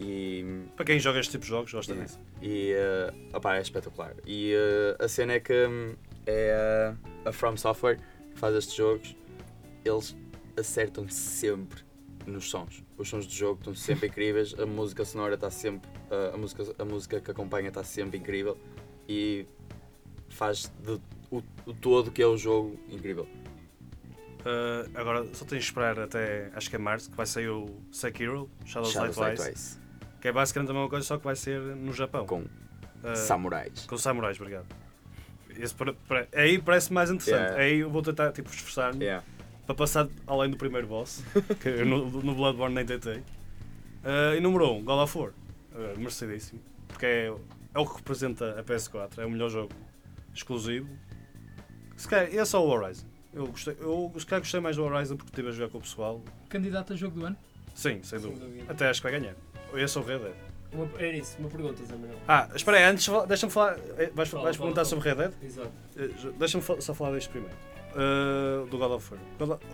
S5: E,
S2: Para quem joga este tipo de jogos, gosta disso.
S5: e eh, opá, é espetacular. E eh, a cena é que hum, é a- a From Software que faz estes jogos, eles acertam sempre nos sons. Os sons do jogo estão sempre incríveis, a música sonora está sempre, eh, a- a, música, a música que acompanha está sempre incrível e faz de- o, o todo que é o jogo incrível.
S2: Uh, agora só tens de esperar até acho que é março que vai sair o Sekiro Shadows Die
S5: Shadows Die
S2: Twice,
S5: Twice,
S2: que é basicamente a mesma coisa, só que vai ser no Japão.
S5: com
S2: Uh,
S5: samurais.
S2: com samurais, obrigado. Esse para- para- aí parece mais interessante.
S5: Yeah.
S2: Aí eu vou tentar tipo, esforçar-me
S5: Yeah.
S2: para passar além do primeiro boss, que eu no, no Bloodborne nem tentei. Uh, e número 1, um, God of War. Uh, merecidíssimo. Porque é, é o que representa a PS4, é o melhor jogo exclusivo. Se calhar, esse é o Horizon. Eu, gostei, eu se calhar gostei mais do Horizon porque estive a jogar com o pessoal.
S4: Candidato a jogo do ano?
S2: Sim, sem
S3: Sem
S2: dúvida.
S3: dúvida.
S2: Até acho que vai ganhar. Esse é o Red Dead.
S3: Uma- Era isso, uma pergunta, Zé Manuel.
S2: Ah, espera aí, antes fa- deixa-me falar. eh, Vais,
S3: Fala,
S2: vais
S3: fala,
S2: perguntar
S3: fala.
S2: sobre Red Dead?
S3: Exato.
S2: Eh, já- Deixa-me fa- só falar deste primeiro. Eh, do God of War. God of-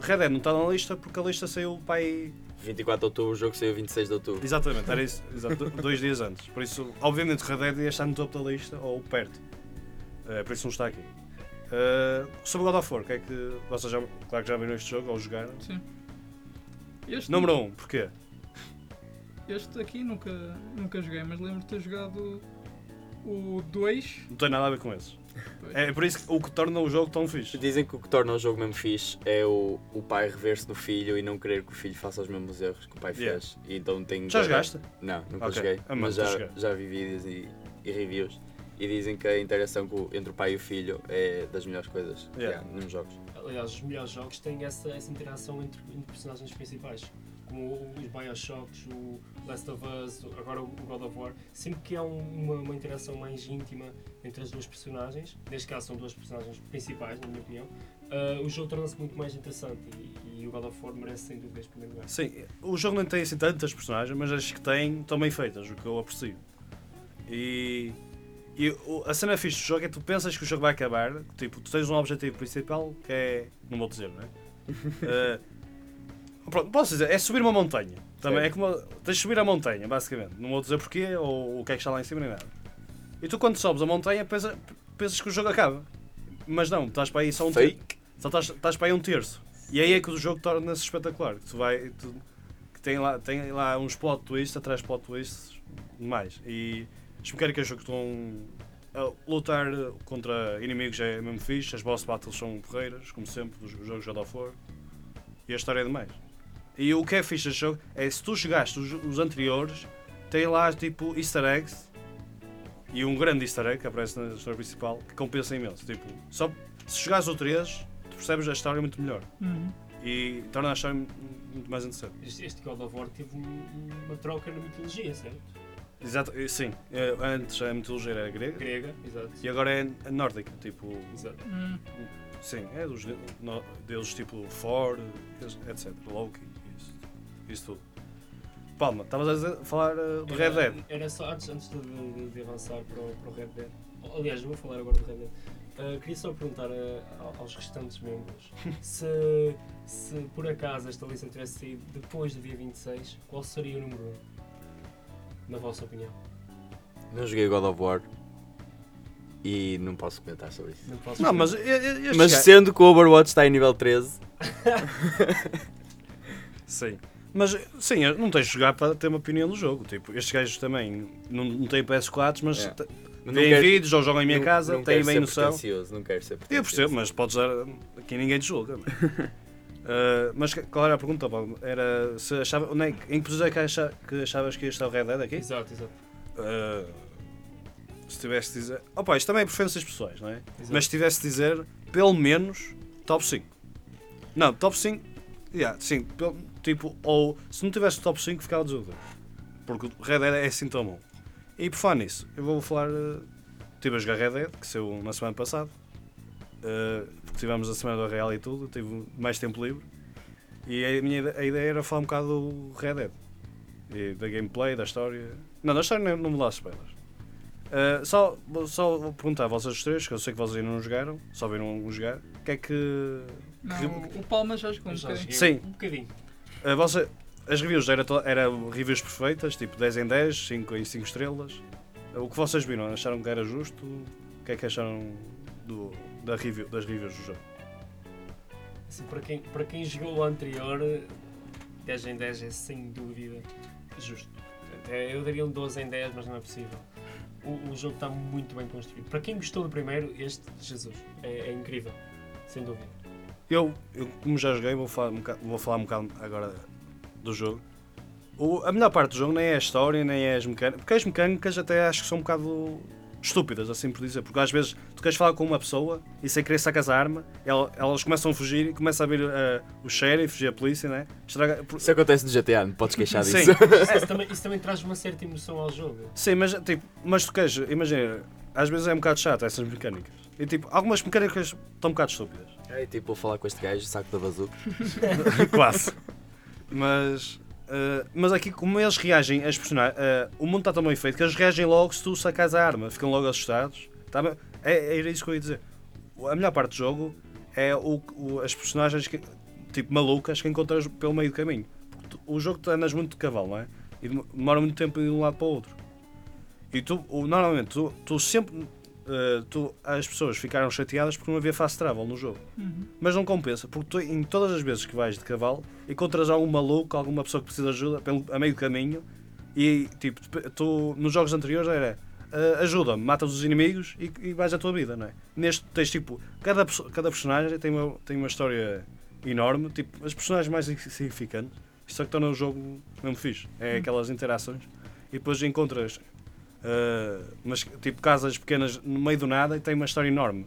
S2: Red Dead não está na lista porque a lista saiu para aí
S5: 24 de outubro, o jogo saiu 26 de outubro.
S2: Exatamente, era isso, exato, do- dois dias antes. Por isso, obviamente, o Red Dead ia estar no topo da lista, ou perto. Eh, por isso não está aqui. Eh, sobre o God of War, o que é que vocês já, claro que já viram este jogo, ou jogaram?
S4: Sim. Este,
S2: Número 1, um, porquê?
S4: este aqui nunca, nunca joguei, mas lembro de ter jogado o 2.
S2: Não tem nada a ver com esses. É por isso que, o que torna o jogo tão fixe.
S5: Dizem que o que torna o jogo mesmo fixe é o, o pai rever-se no filho e não querer que o filho faça os mesmos erros que o pai
S2: Yeah.
S5: fez. E então tem
S2: Já jogaste?
S5: Não, nunca
S2: Ok.
S5: joguei.
S2: Ah, mano,
S5: mas
S2: tu
S5: já,
S2: joguei.
S5: já vi vídeos e, e reviews. E dizem que a interação com- entre o pai e o filho é das melhores coisas que
S2: Yeah.
S5: há nos jogos.
S3: Aliás, os melhores jogos têm essa, essa interação entre, entre personagens principais, como o- os Bioshocks, o Last of Us, agora o God of War. Sempre que há um- uma, uma interação mais íntima entre as duas personagens, neste caso são duas personagens principais, na minha opinião, ah, o jogo torna-se muito mais interessante e, e o God of War merece sem dúvida este primeiro lugar.
S2: Sim, o jogo não tem assim tantas personagens, mas as que tem estão bem feitas, o que eu aprecio. E, e o- a cena fixe do jogo é que tu pensas que o jogo vai acabar, que, tipo, tu tens um objetivo principal que é. não vou dizer, não é? Eh, pronto, posso dizer, é subir uma montanha. Também é
S5: Certo.
S2: como. tens de subir a montanha, basicamente. Não vou dizer porquê ou o que é que está lá em cima nem nada. E tu quando sobes a montanha pensa- pensas que o jogo acaba. Mas não, estás para aí só um
S5: Fake.
S2: ter- Só estás, estás para aí um terço. E aí é que o jogo torna-se espetacular. Que tu vai. tu- que tem lá, tem lá uns plot twists atrás de plot twists demais. E as mecânicas do jogo estão. A lutar contra inimigos é mesmo fixe, as boss battles são porreiras, como sempre, dos jogos God of War. E a história é demais. E o que é fixe deste jogo é se tu jogaste os, os anteriores, tem lá tipo easter eggs e um grande easter egg que aparece na história principal que compensa imenso. Tipo, só se jogares o 3, tu percebes a história muito melhor
S4: Uhum.
S2: e torna a história mu- muito mais interessante.
S3: Este, este God of War teve um- um- uma troca na mitologia, certo?
S2: Exato, eh, sim. Eh, Antes a mitologia era grega
S3: Grega, exato.
S2: e agora é n- nórdica. Tipo,
S3: Exato.
S4: Hum.
S2: sim, é dos de- no- deuses tipo Thor, etc. Loki, isso, isso tudo. Palma, estavas a dizer- falar eh, do Red Dead.
S3: Era só antes, antes de, de- de avançar para o, para o Red Dead. Aliás, eu vou falar agora do Red Dead. Ah, queria só perguntar ah, ao- aos restantes membros se, se por acaso esta lista tivesse saído depois do dia 26, qual seria o número 1? Na vossa opinião?
S5: Não joguei God of War e não posso comentar sobre isso.
S3: Não, posso
S2: Não, mas e- e- este
S5: Mas
S2: gajo-
S5: sendo que o Overwatch está em nível 13,
S2: Sim. Mas sim, não tens de jogar para ter uma opinião do jogo. Tipo, estes gajos também não, não têm PS4, mas
S5: É.
S2: te-
S5: não
S2: têm
S5: quero-
S2: vídeos ou jogam em minha
S5: não-
S2: casa,
S5: não
S2: têm
S5: quero
S2: bem
S5: ser
S2: noção.
S5: pretencioso, Não quero ser
S2: Eu percebo,
S5: pretencioso.
S2: mas podes dar. Aqui ninguém te julga. não é? Ah, mas que- qual era a pergunta, Paulo? Era se achava, onde é que- em que posição é que, acha- que achavas que ia estar o Red Dead aqui?
S3: Exato, exato.
S2: eh, se tivesse de dizer. Opa, isto também é preferências pessoais, não é?
S3: Exato.
S2: Mas se tivesse de dizer, pelo menos, top 5. Não, top 5. Yeah, sim, pelo- tipo, ou se não tivesse top 5, ficava desiludido. Porque o Red Dead é assim tão bom. E por falar nisso, eu vou falar. eh, Estive a jogar Red Dead, que saiu na semana passada. eh, porque tivemos a semana do Real e tudo, tive mais tempo livre. E a minha ide- a ideia era falar um bocado do Red Dead. E da gameplay, da história. Não, da história não, não me dá spoilers. Uh, só, só vou perguntar a vocês três, que eu sei que vocês ainda não jogaram, só viram um jogar. O que é que.
S4: Não, o Palma já jogou um
S3: Eu já
S4: bocadinho.
S3: joguei
S2: Sim.
S3: Um bocadinho.
S2: A vossa, as reviews eram era reviews perfeitas, tipo 10 em 10, 5 em 5 estrelas. O que vocês viram? Acharam que era justo? O que é que acharam do, da review, das reviews do jogo?
S3: Assim, para, quem, para quem jogou o anterior, 10 em 10 é sem dúvida justo. Até eu daria um 12 em 10, mas não é possível. O, o jogo está muito bem construído. Para quem gostou do primeiro, este, Jesus, é, é incrível. Sem dúvida.
S2: Eu, eu, como já joguei, vou falar um bocado, vou falar um bocado agora do jogo. O- a melhor parte do jogo nem é a história, nem é as mecânicas. Porque as mecânicas até acho que são um bocado estúpidas, assim por dizer. Porque às vezes tu queres falar com uma pessoa e sem querer sacas a arma, ela- elas começam a fugir e começa a vir eh, o sheriff, fugir a polícia, né? Estraga, por-
S5: Isso acontece no GTA, não podes queixar disso.
S2: Sim,
S3: Ah, isso, também, isso também traz uma certa emoção ao jogo.
S2: Sim, mas tipo, mas tu queres, imagina, às vezes é um bocado chato essas mecânicas. E tipo, algumas mecânicas estão um bocado estúpidas.
S5: É tipo, vou falar com este gajo, saco da bazuca.
S2: Quase. Mas, eh, mas aqui, como eles reagem, as personagens, o mundo está tão bem feito que eles reagem logo se tu sacas a arma. Ficam logo assustados. Tá bem? é, era isso que eu ia dizer. O- A melhor parte do jogo é o, o- as personagens que- tipo malucas que encontras pelo meio do caminho. Porque tu- o jogo tu andas muito de cavalo, não é? E dem- demora muito tempo de um lado para o outro. E tu, o- normalmente, tu, tu sempre. eh, tu, as pessoas ficaram chateadas porque não havia fast travel no jogo
S4: Uhum.
S2: mas não compensa, porque tu, em todas as vezes que vais de cavalo, encontras algum maluco, alguma pessoa que precisa de ajuda pelo, a meio do caminho, e tipo, tu- tu, nos jogos anteriores era "Ah, ajuda-me, mata os inimigos e, e vais à tua vida, não é? Neste tens tipo, cada, perso- cada personagem tem uma, tem uma história enorme, tipo, as personagens mais insignificantes, só que estão no jogo mesmo fixe, é aquelas interações, e depois encontras ah, umas, tipo casas pequenas no meio do nada e tem uma história enorme.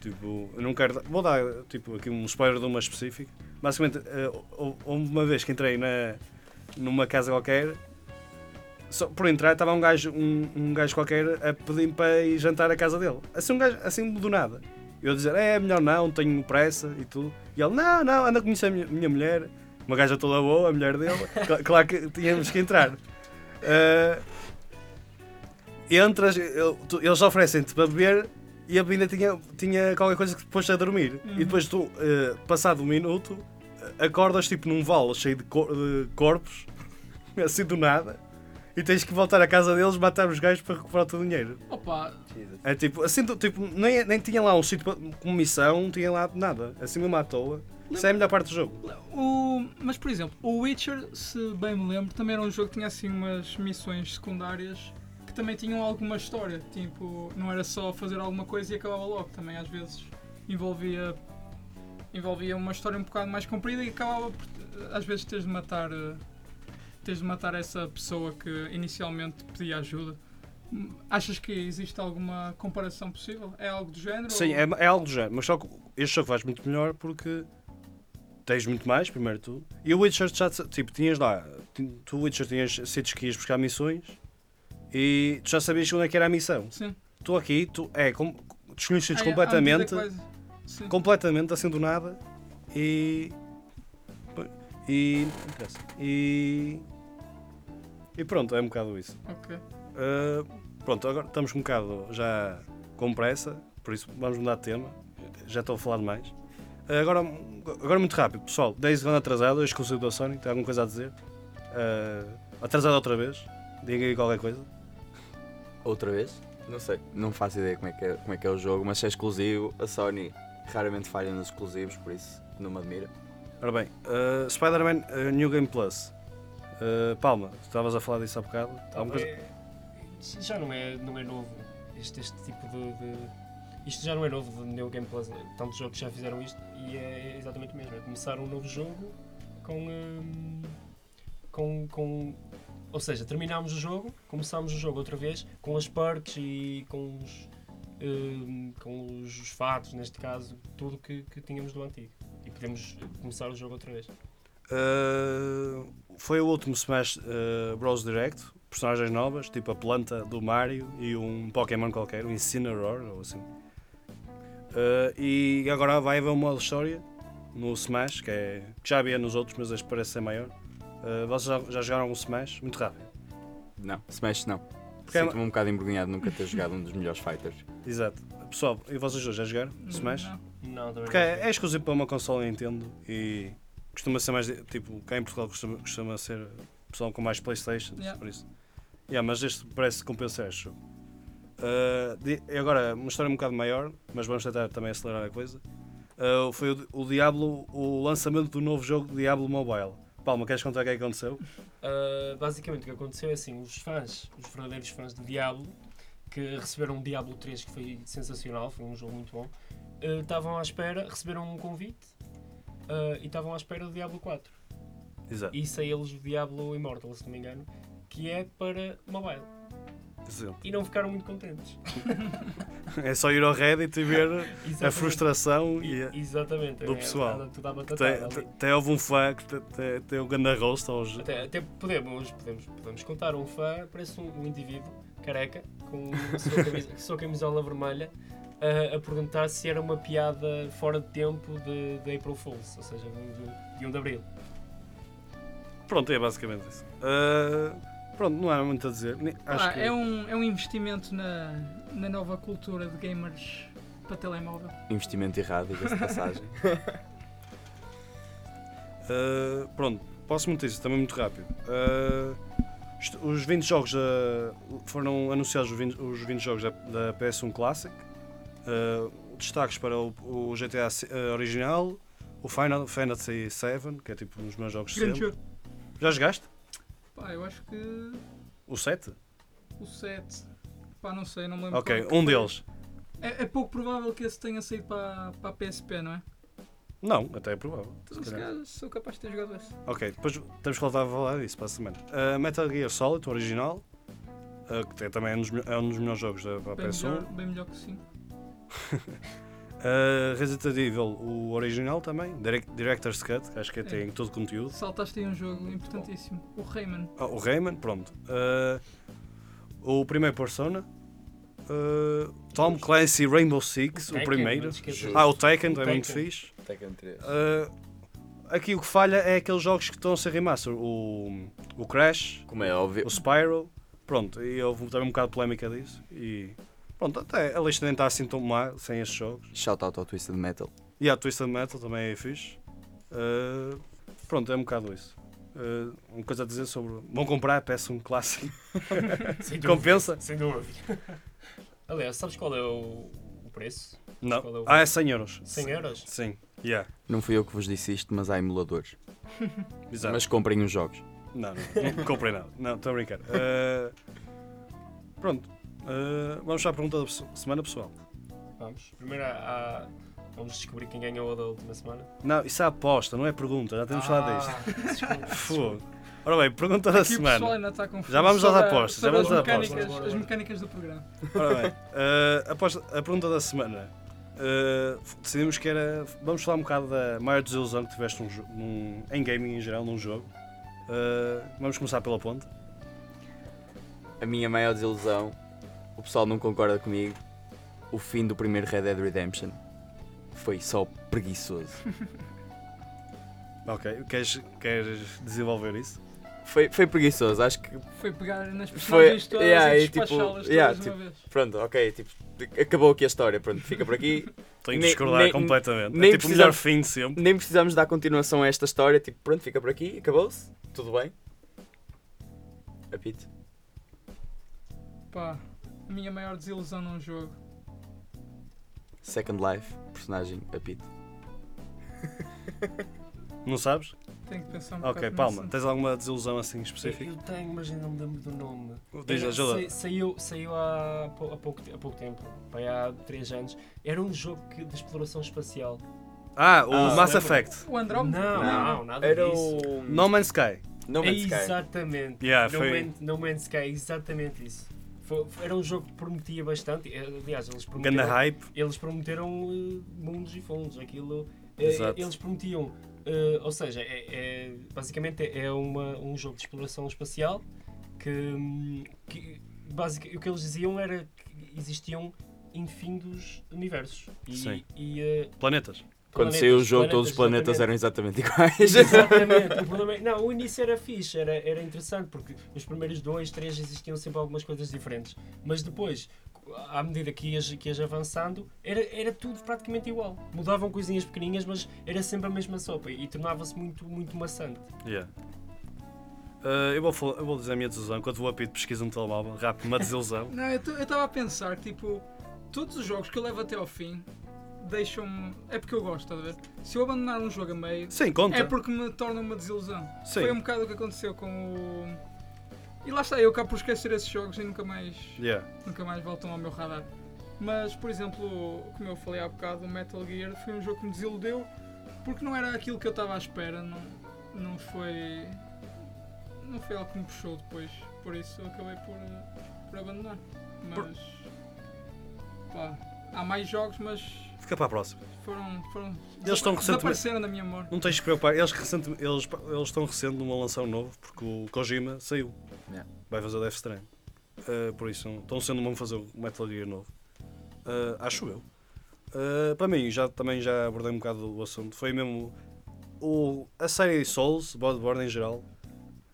S2: Tipo, eu não quero. dar- Vou dar tipo, aqui um spoiler de uma específica. Basicamente, eh, hou- houve uma vez que entrei na, numa casa qualquer, só por entrar estava um gajo, um, um gajo qualquer a pedir para ir jantar à casa dele. Assim, um gajo, assim do nada. Eu a dizer, é melhor não, tenho pressa e tudo. E ele, não, não, anda a conhecer a minha, minha mulher. Uma gaja toda boa, a mulher dele. Cla- claro que tínhamos que entrar. Eh, entras, ele- tu- eles oferecem-te para beber e a bebida tinha, tinha qualquer coisa que te pôs a dormir.
S4: Uhum.
S2: E depois tu, eh, passado um minuto, eh, acordas tipo num vale cheio de, cor- de corpos, assim do nada, e tens que voltar à casa deles, matar os gajos para recuperar o teu dinheiro.
S4: Opa,
S2: É tipo, assim, do- tipo, nem, nem tinha lá um sítio para- como missão, não tinha lá nada. Assim mesmo à toa. Isso é a melhor parte do jogo.
S4: O- mas por exemplo, o Witcher, se bem me lembro, também era um jogo que tinha assim umas missões secundárias que também tinham alguma história. Tipo, não era só fazer alguma coisa e acabava logo. Também às vezes envolvia, envolvia uma história um bocado mais comprida e acabava por às vezes teres de matar eh, teres de matar essa pessoa que inicialmente te pedia ajuda. Hum, Achas que existe alguma comparação possível? É algo do género?
S2: Sim,
S4: ou-
S2: é, é algo do género. Mas só que este jogo faz muito melhor porque tens muito mais, primeiro de tudo. E o Witcher já, tipo, tinhas lá. ti- Tu, Witcher, tinhas sítios que ias buscar missões e tu já sabias onde é que era a missão.
S4: Sim.
S2: Tu aqui, tu é com, desconhecidos
S4: Ah, é, à medida
S2: completamente.
S4: que vais- Sim.
S2: completamente assim do nada e e e, e pronto, é um bocado isso.
S4: Ok.
S2: Uh, pronto, agora estamos um bocado já com pressa, por isso vamos mudar de tema, já estou a falar demais. Uh, agora, agora muito rápido, pessoal, 10 segundos atrasado, eu exclusivo da Sony, tem alguma coisa a dizer? Uh, atrasado outra vez, diga aí qualquer coisa.
S5: Outra vez? Não sei. Não faço ideia como é, que é, como é que é o jogo, mas se é exclusivo, a Sony raramente falha nos exclusivos, por isso não me admira.
S2: Ora bem, uh, Spider-Man uh, New Game Plus. Uh, Palma, estavas a falar disso há bocado. Há alguma coisa...
S3: É- já não é, não é novo este, este tipo de, de- Isto já não é novo de New Game Plus. Tantos jogos já fizeram isto e é exatamente o mesmo. É começar um novo jogo com. hum, com, com Ou seja, terminámos o jogo, começámos o jogo outra vez com as perks e com os, hum, com os, os fatos, neste caso, tudo que, que tínhamos do antigo. E podemos começar o jogo outra vez.
S2: Uh, foi o último Smash uh, Bros Direct, personagens novas, tipo a planta do Mario e um Pokémon qualquer, um Incineroar ou assim. Uh, e agora vai haver uma história no Smash, que, é, que já havia nos outros, mas este parece ser maior. Uh, vocês já, já jogaram um Smash? Muito rápido.
S5: Não, Smash não.
S2: Porque é
S5: Sinto-me um bocado envergonhado de nunca ter jogado um dos melhores fighters.
S2: Exato. Pessoal, e vocês dois já jogaram Smash?
S4: Não.
S3: Não, também
S2: Porque
S3: não
S2: é, é exclusivo para uma consola Nintendo e costuma ser mais. Tipo, cá em Portugal costuma, costuma ser pessoal com mais Playstations,
S4: Yeah.
S2: por isso. Yeah, mas este parece compensar, acho. Uh, di- e agora, uma história um bocado maior, mas vamos tentar também acelerar a coisa. Uh, foi o, o Diablo, o lançamento do novo jogo Diablo Mobile. Palma, queres contar o que é que aconteceu?
S3: Uh, basicamente o que aconteceu é assim, os fãs, os verdadeiros fãs de Diablo, que receberam o Diablo 3, que foi sensacional, foi um jogo muito bom, uh, estavam à espera, receberam um convite uh, e estavam à espera do Diablo 4.
S2: Exato.
S3: E saiu-lhes o Diablo Immortal, se não me engano, que é para mobile.
S2: Exato.
S3: E não ficaram muito contentes.
S2: É só ir ao Reddit e ver a
S3: Exatamente.
S2: frustração e a-
S3: E- Exatamente.
S2: do
S3: é,
S2: pessoal.
S3: nada- Tudo à
S2: Até,
S3: batatada ali.
S2: até houve um fã que te- te- tem um o ganda roast aos.
S3: Até, até podemos, podemos, podemos contar um fã, parece um, um indivíduo careca, com a sua, camisa, com a sua camisola vermelha, a, a perguntar se era uma piada fora de tempo de, de April Fools, ou seja, de, um de 1 de Abril.
S2: Pronto, é basicamente isso. Ah, pronto, não há muito a dizer. Ni- Acho
S4: Pá,
S2: que
S4: é, um, é um investimento na, na nova cultura de gamers para telemóvel.
S5: Investimento errado, diga-se de passagem.
S2: Ah, pronto, posso notícia, também muito rápido. Ah, isto- os 20 jogos da- foram anunciados os 20, os 20 jogos da, da PS1 Classic. Ah, destaques para o, o GTA se- ah, original, o Final Fantasy VII, que é tipo um dos meus jogos de
S4: Grande
S2: sempre.
S4: jogo.
S2: Já jogaste?
S4: Pá, eu acho que
S2: O 7?
S4: o 7. Pá, não sei, não me lembro.
S2: Ok,
S4: qual que
S2: um
S4: foi.
S2: deles.
S4: É, é pouco provável que esse tenha saído para, para a PSP, não é?
S2: Não, até é provável.
S4: Então, se
S2: calhar.
S4: calhar, sou capaz de ter jogado esse.
S2: Ok, depois temos que voltar a falar disso para a semana. Uh, Metal Gear Solid, o original, uh, que é também é um dos, melho- é um dos melhores jogos da para a
S4: Bem
S2: PS1.
S4: melhor, bem melhor que sim.
S2: Uh, Resident Evil, o original também. Direc- Director's Cut, que acho que tem todo o conteúdo.
S4: Saltaste aí um jogo importantíssimo. O Rayman.
S2: Ah, o Rayman, pronto. Uh, o primeiro Persona. Uh, Tom Clancy Rainbow Six, o,
S3: Tekken,
S2: primeiro.
S3: não te esqueças.
S5: Justo.
S2: Ah, o Tekken,
S3: O
S2: é muito
S3: Tekken.
S2: fixe.
S5: Tekken 3.
S2: Uh, aqui o que falha é aqueles jogos que estão a ser remaster. O, o Crash,
S5: Como é óbvio,
S2: o Spyro, pronto, e houve também um bocado de polémica disso. E pronto, até a lista nem está assim tão má sem estes jogos.
S5: shout out ao Twisted Metal.
S2: E a Twisted Metal também é fixe. Uh, pronto, é um bocado isso. Uh, uma coisa a dizer sobre. Vão comprar, peço um clássico.
S3: Sem dúvida.
S2: Compensa?
S3: Sem dúvida. Aliás, sabes qual é o, o preço? Qual é
S2: Não.
S3: o-
S2: Ah, é 100 euros.
S3: 100 euros?
S2: Sim, yeah,
S5: Não fui eu que vos disse isto, mas há emuladores.
S2: exato.
S5: Mas comprem os jogos.
S2: Não, não, não comprei nada. Não, estou a brincar. Uh, pronto, Uh, vamos à pergunta da pesso- semana, pessoal.
S3: Vamos. Primeiro há- há- vamos descobrir quem ganhou a da última semana.
S2: Não, isso é aposta, não é pergunta, já temos
S3: Ah.
S2: falado disto. Fogo. Ora bem, pergunta da
S4: Aqui o pessoal
S2: semana.
S4: ainda está confuso.
S2: Já vamos às
S4: sobre a-
S2: apostas, já
S4: sobre
S2: vamos
S4: as
S2: às apostas.
S4: mecânicas- As mecânicas do programa.
S2: Ora bem, eh, após a pergunta da semana. eh, f- decidimos que era. Vamos falar um bocado da maior desilusão que tiveste num, jo- num- em gaming em geral, num jogo. Eh, vamos começar pela ponte.
S5: A minha maior desilusão, o pessoal não concorda comigo, o fim do primeiro Red Dead Redemption foi só preguiçoso.
S2: Ok, queres, queres desenvolver isso?
S5: Foi, foi preguiçoso, acho que.
S4: Foi pegar nas
S5: Foi-
S4: personagens todas
S5: yeah,
S4: e
S5: e
S4: despachá-las
S5: tipo- yeah,
S4: todas de uma vez.
S5: Pronto, ok, tipo, acabou aqui a história, pronto, fica por aqui.
S2: Tenho de
S5: Nem-
S2: discordar
S5: nem-
S2: completamente.
S5: nem
S2: é tipo o
S5: precisa-
S2: melhor fim de sempre.
S5: Nem precisamos dar continuação a esta história, tipo, pronto, fica por aqui, acabou-se, tudo bem. Apito.
S4: Pá, a minha maior desilusão num jogo.
S5: Second Life, personagem Apito.
S2: Não sabes?
S4: Tenho que pensar um
S2: Ok,
S4: bocado
S2: palma.
S4: nisso.
S2: Tens alguma desilusão assim específica?
S3: Eu tenho, mas ainda me lembro do nome.
S2: Diz,
S3: Era-
S2: ajuda.
S3: sa- saiu saiu há, pou- há pouco, te- há pouco tempo, bem, há 3 anos. Era um jogo que- de exploração espacial.
S2: Ah, o
S5: Ah,
S2: Mass
S3: lembra-me.
S2: Effect.
S4: O
S3: Não,
S4: Andrómeda?
S3: não, nada
S5: Era
S3: disso.
S5: o.
S2: No Man's Sky.
S5: No
S3: É
S5: Man's Sky.
S3: exatamente.
S2: Yeah,
S3: no,
S2: foi-
S3: Man, no Man's Sky, é exatamente isso. Foi- foi- era um jogo que prometia bastante. eh, Aliás, eles
S2: Ganda
S3: prometeram,
S2: hype.
S3: eles prometeram eh, mundos e fundos. Aquilo. eh,
S2: Exato.
S3: Eles prometiam. eh, ou seja, é, é- basicamente é uma, um jogo de exploração espacial que, hum, que basic- o que eles diziam era que existiam infindos universos. E,
S2: Sim.
S3: e, eh,
S2: Planetas.
S5: Quando
S3: planetas-
S5: saiu o jogo, todos os planetas
S3: exatamente.
S5: eram exatamente iguais.
S3: Exatamente. O problema é- não, o início era fixe, era, era interessante, porque os primeiros dois, três existiam sempre algumas coisas diferentes. Mas depois, à medida que ias, que ias avançando, era, era tudo praticamente igual. Mudavam coisinhas pequenininhas, mas era sempre a mesma sopa e tornava-se muito, muito maçante.
S2: Yeah. Eh, eu, vou, fal- eu vou dizer a minha desilusão. Enquanto vou a pito pesquisa no telemóvel, rápido, uma desilusão.
S4: Não, eu estava a pensar, tipo, todos os jogos que eu levo até ao fim deixam-me. É porque eu gosto, estás a ver? Se eu abandonar um jogo a meio,
S2: Sim, conta.
S4: é porque me torna uma desilusão.
S2: Sim.
S4: Foi um bocado o que aconteceu com o. E lá está, eu acabo por esquecer esses jogos e nunca mais,
S2: Yeah.
S4: nunca mais voltam ao meu radar. Mas, por exemplo, como eu falei há bocado, o Metal Gear foi um jogo que me desiludeu porque não era aquilo que eu estava à espera, não, não foi. Não foi algo que me puxou depois, por isso eu acabei por, eh, por abandonar. Mas. Pá, há mais jogos, mas
S2: Fica para a próxima.
S4: foram. foram
S2: Eles estão recentemente-
S4: desapareceram da minha memória.
S2: Não tens que preocupar. Eles, recente, eles, eles estão recente numa lançar um novo porque o Kojima saiu.
S5: Yeah.
S2: Vai fazer o Death Stranding. Eh, por isso, estão sendo mesmo fazer o Metal Gear novo. Eh, acho eu. Eh, para mim, já, também já abordei um bocado o assunto. Foi mesmo o, a série Souls, Bloodborne em geral.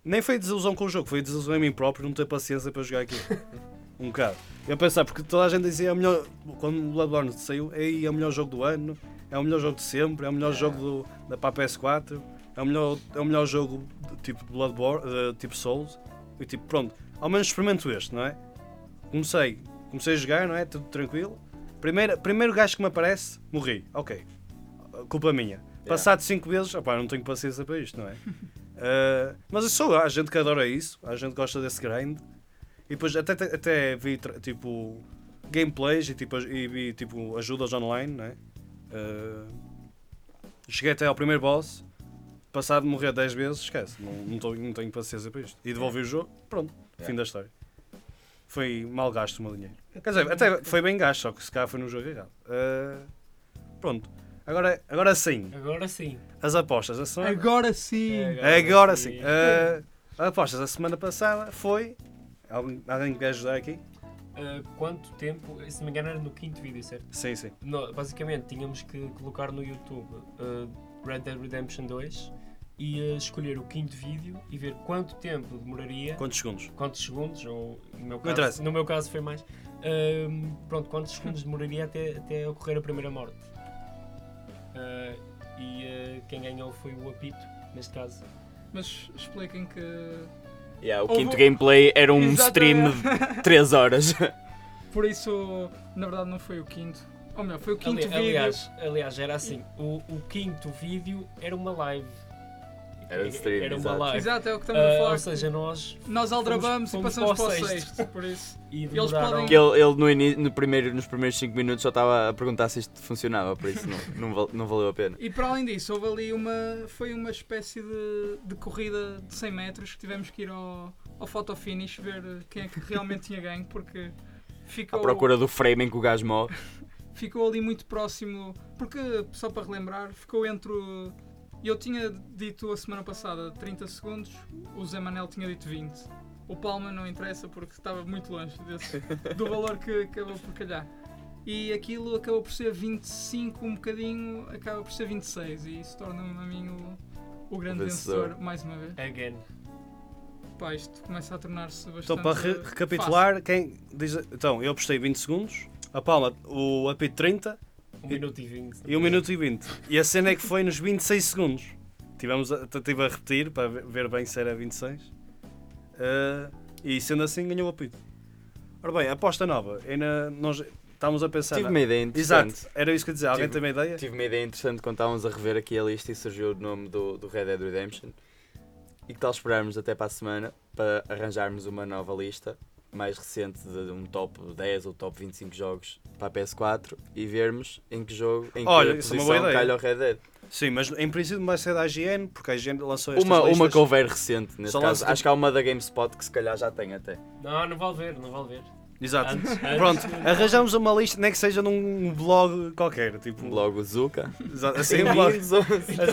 S2: Nem foi desilusão com o jogo, foi desilusão em mim próprio não ter paciência para jogar aquilo. um bocado. Eu pensar, porque toda a gente dizia, é o melhor, quando o Bloodborne saiu, "Ei, é o melhor jogo do ano, é o melhor jogo de sempre, é o melhor jogo do, da para a PS4, é o melhor, é o melhor jogo de tipo Bloodborne, eh, tipo Souls, e tipo, pronto, ao menos experimento este, não é? Comecei, comecei a jogar, não é? Tudo tranquilo. Primeira, primeiro gajo que me aparece, morri. Ok. Culpa minha. Passado 5 vezes, opá, não tenho paciência para isto, não é? Eh, mas eu sou, há gente que adora isso, há gente que gosta desse grind. E depois até, até- até vi tra- tipo gameplays e, tipo, e vi tipo ajudas online, não é? Eh, cheguei até ao primeiro boss, passado de morrer 10 vezes, esquece, não, não, tô- não tenho paciência para isto. E devolvi o jogo, pronto,
S5: Yeah.
S2: fim da história. Foi mal gasto o meu dinheiro. Quer dizer, até foi bem gasto, só que se calhar foi no jogo errado. Eh, pronto, agora, agora sim,
S3: Agora sim.
S2: as apostas. A semana,
S4: Agora sim!
S2: agora sim, eh, as apostas a semana passada foi. Alguém, alguém quer ajudar aqui?
S3: Ah, quanto tempo, se não me engano, era no quinto vídeo, certo?
S2: Sim, sim.
S3: No- basicamente, tínhamos que colocar no YouTube ah, Red Dead Redemption 2 e ah, escolher o quinto vídeo e ver quanto tempo demoraria
S2: Quantos segundos?
S3: quantos segundos, ou no meu
S2: interessa.
S3: caso, no meu caso foi mais, Ahm, pronto, quantos segundos demoraria até, até ocorrer a primeira morte. Ah, e ah, quem ganhou foi o apito, neste caso.
S4: Mas expliquem que.
S5: Yeah, o
S4: Houve-
S5: quinto gameplay era um
S4: Exatamente.
S5: stream de 3 horas.
S4: Por isso, na verdade, não foi o quinto. Ou melhor, foi o quinto
S3: Ali-
S4: vídeo.
S3: aliás, aliás, era assim, o, o quinto vídeo era uma live.
S5: Era um stream,
S3: Era uma
S5: exato.
S3: live.
S4: Exato, é o que estamos a
S3: Ah,
S4: falar.
S3: ou seja, nós
S4: Nós aldrabamos e
S3: fomos
S4: passamos para
S3: para
S4: o
S3: o
S4: sexto. por isso.
S3: e
S4: Eles
S3: demoraram...
S5: Que ele, ele no ini- no primeiro, nos primeiros 5 minutos só estava a perguntar se isto funcionava, por isso não, não, val- não valeu a pena.
S4: E para além disso, houve ali uma. Foi uma espécie de, de corrida de 100 metros que tivemos que ir ao, ao photo finish ver quem é que realmente tinha ganho, porque
S5: À
S4: ficou,
S5: procura do frame em que o gajo morre.
S4: ficou ali muito próximo. Porque, só para relembrar, ficou entre. o- Eu tinha dito a semana passada 30 segundos, o Zé Manel tinha dito 20. O Palma não interessa porque estava muito longe desse, do valor que acabou por calhar. E aquilo acabou por ser 25, um bocadinho, acaba por ser 26. E isso torna-me a mim o, o grande
S5: Vencedor.
S4: vencedor. mais uma vez.
S3: Again.
S4: Pá, isto começa a tornar-se bastante.
S2: Então, para re-
S4: eh,
S2: recapitular, quem diz. Então, eu apostei 20 segundos, a Palma, o apito 30
S3: Um minuto e vinte.
S2: e 1 minuto e 20. E a cena é que foi nos 26 segundos. Tivemos a, estive a repetir para ver- ver bem se era 26. Ah, e sendo assim, ganhou o apito. Ora bem, aposta nova. Ainda nós estávamos a pensar.
S5: Tive uma ideia interessante.
S2: Exato, era isso que eu ia dizer. Alguém
S5: Tive-
S2: tem uma ideia?
S5: Tive uma ideia interessante quando estávamos a rever aqui a lista e surgiu o nome do, do Red Dead Redemption. E que tal esperarmos até para a semana para arranjarmos uma nova lista mais recente de um top 10 ou top 25 jogos para a PS4 e vermos em que jogo, em que
S2: Olha, isso é uma boa
S5: posição
S2: ideia.
S5: calha o Red Dead.
S2: Sim, mas em princípio vai ser da IGN, porque a IGN lançou estas
S5: Uma, uma
S2: listas.
S5: que houver recente, nesse
S2: Só
S5: caso.
S2: lança-
S5: Acho que há uma da GameSpot que se calhar já tem até.
S3: Não, não vale ver, não vale ver.
S2: Exato.
S3: Antes- antes-
S2: Pronto, arranjamos uma lista, nem que seja num blog qualquer, tipo...
S5: Logo Zuka.
S2: Exato, assim, um blog.
S5: Bem-vindos ao-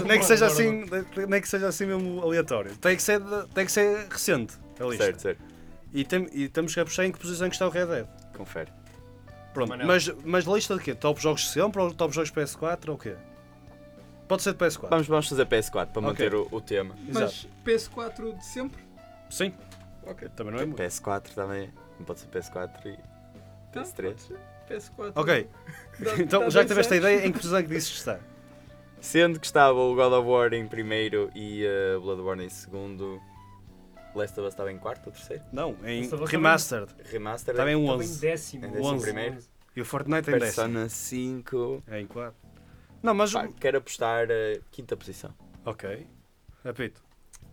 S2: nem que seja
S3: Bora,
S2: assim, nem que seja assim mesmo aleatório. Tem que ser, tem que ser recente a lista.
S5: Certo, certo.
S2: E, tem- e temos que apostar em que posição é que está o Red Dead.
S5: Confere.
S2: Pronto,
S3: Manel.
S2: mas, mas lista de quê? Top jogos de sempre ou top jogos de PS4 ou o quê? Pode ser de PS4.
S5: Vamos, vamos fazer PS4 para
S2: Ok.
S5: manter o, o tema.
S2: Exato.
S4: Mas PS4 de sempre?
S2: Sim,
S4: Ok.
S2: também não é muito. Tá.
S5: PS4 também. Não pode ser PS4 e
S4: Então,
S5: PS3.
S4: PS4.
S2: Ok,
S4: Dá- dá
S2: então já que
S4: dois
S2: tiveste a
S4: anos.
S2: ideia, em que posição é que dizes que está?
S5: Sendo que estava o God of War em primeiro e eh, Bloodborne em segundo. Last of Us estava em quarto ou terceiro?
S2: Não, em
S3: Esta voz
S2: Remastered.
S5: Remastered.
S2: Estava em
S3: Estava em
S2: 11.
S3: décimo.
S5: Em
S2: décimo
S5: É primeiro.
S2: E o Fortnite um em 10.
S5: Persona 5.
S2: É em 4. Não, mas. um-
S5: Pá, quero apostar eh, quinta posição.
S2: Ok. Repito.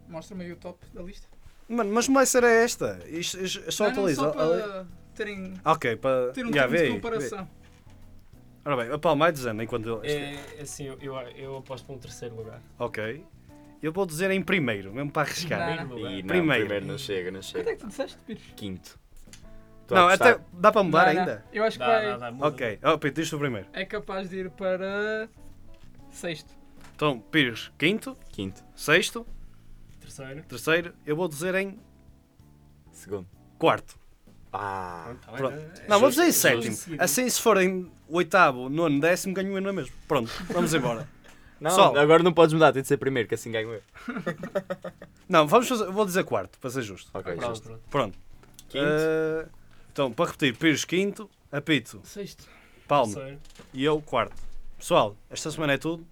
S4: Mostra-me aí o top da lista.
S2: Mano, mas não vai ser esta. Isto, isto- só
S4: Não, não,
S2: atualiza.
S4: Só para terem,
S2: Ok, para.
S4: ter um
S2: Já,
S4: termo
S2: vê
S4: de
S2: aí, vê aí.
S4: comparação.
S2: Ora bem, opa, vai dizendo enquanto. eu-
S3: É, assim, eu, eu, eu aposto para um terceiro lugar.
S2: Ok. Eu vou dizer em primeiro, mesmo para arriscar.
S3: Primeiro lugar.
S5: E não,
S2: Primeiro.
S5: primeiro não chega, não
S4: Quanto
S5: chega.
S4: é que tu disseste, Pires?
S5: Quinto. Estou a
S2: Não,
S5: apostar-
S2: até. Dá para mudar
S4: Não, não.
S2: ainda?
S4: Eu acho que
S3: Dá,
S4: vai,
S3: dá, dá, muda.
S2: Ok. Oh, Pires, diz tu primeiro.
S4: é capaz de ir para sexto.
S2: Então, Pires, quinto,
S5: Quinto.
S2: sexto,
S3: Terceiro.
S2: terceiro. Eu vou dizer em
S5: Segundo.
S2: quarto.
S5: Ah,
S3: Tá bem,
S2: Pronto.
S3: é-
S2: Não,
S3: é-
S2: vou dizer
S3: é-
S2: em
S3: é-
S2: sétimo. Assim, se forem oitavo, nono, décimo, ganho eu não é mesmo. Pronto, vamos embora.
S5: não,
S2: Sol.
S5: agora não podes mudar, tem de ser primeiro, que assim ganho eu.
S2: Não, vamos fazer. Vou dizer quarto, para ser justo.
S5: Ok,
S3: Pronto,
S5: justo.
S3: pronto.
S2: Pronto.
S5: Quinto.
S2: Eh, então, para repetir, Pires, quinto, apito,
S4: Sexto.
S2: palmo.
S3: Terceiro.
S2: E eu, quarto. Pessoal, esta semana é tudo.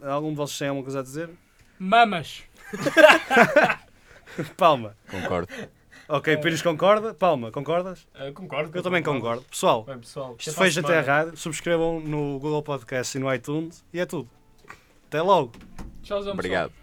S2: Algum de vocês tem alguma coisa a dizer?
S4: Mamas.
S2: Palma.
S5: Concordo.
S2: Ok, Pires concorda. Palma, concordas?
S3: Ah, É. concordo.
S2: Eu também concordo. Pessoal,
S3: Bem, pessoal.
S2: isto foi
S3: até para a
S2: GT
S3: semana.
S2: Rádio. Subscrevam no Google Podcast e no iTunes. E é tudo. Até logo.
S4: Tchauzão, pessoal.
S5: Obrigado.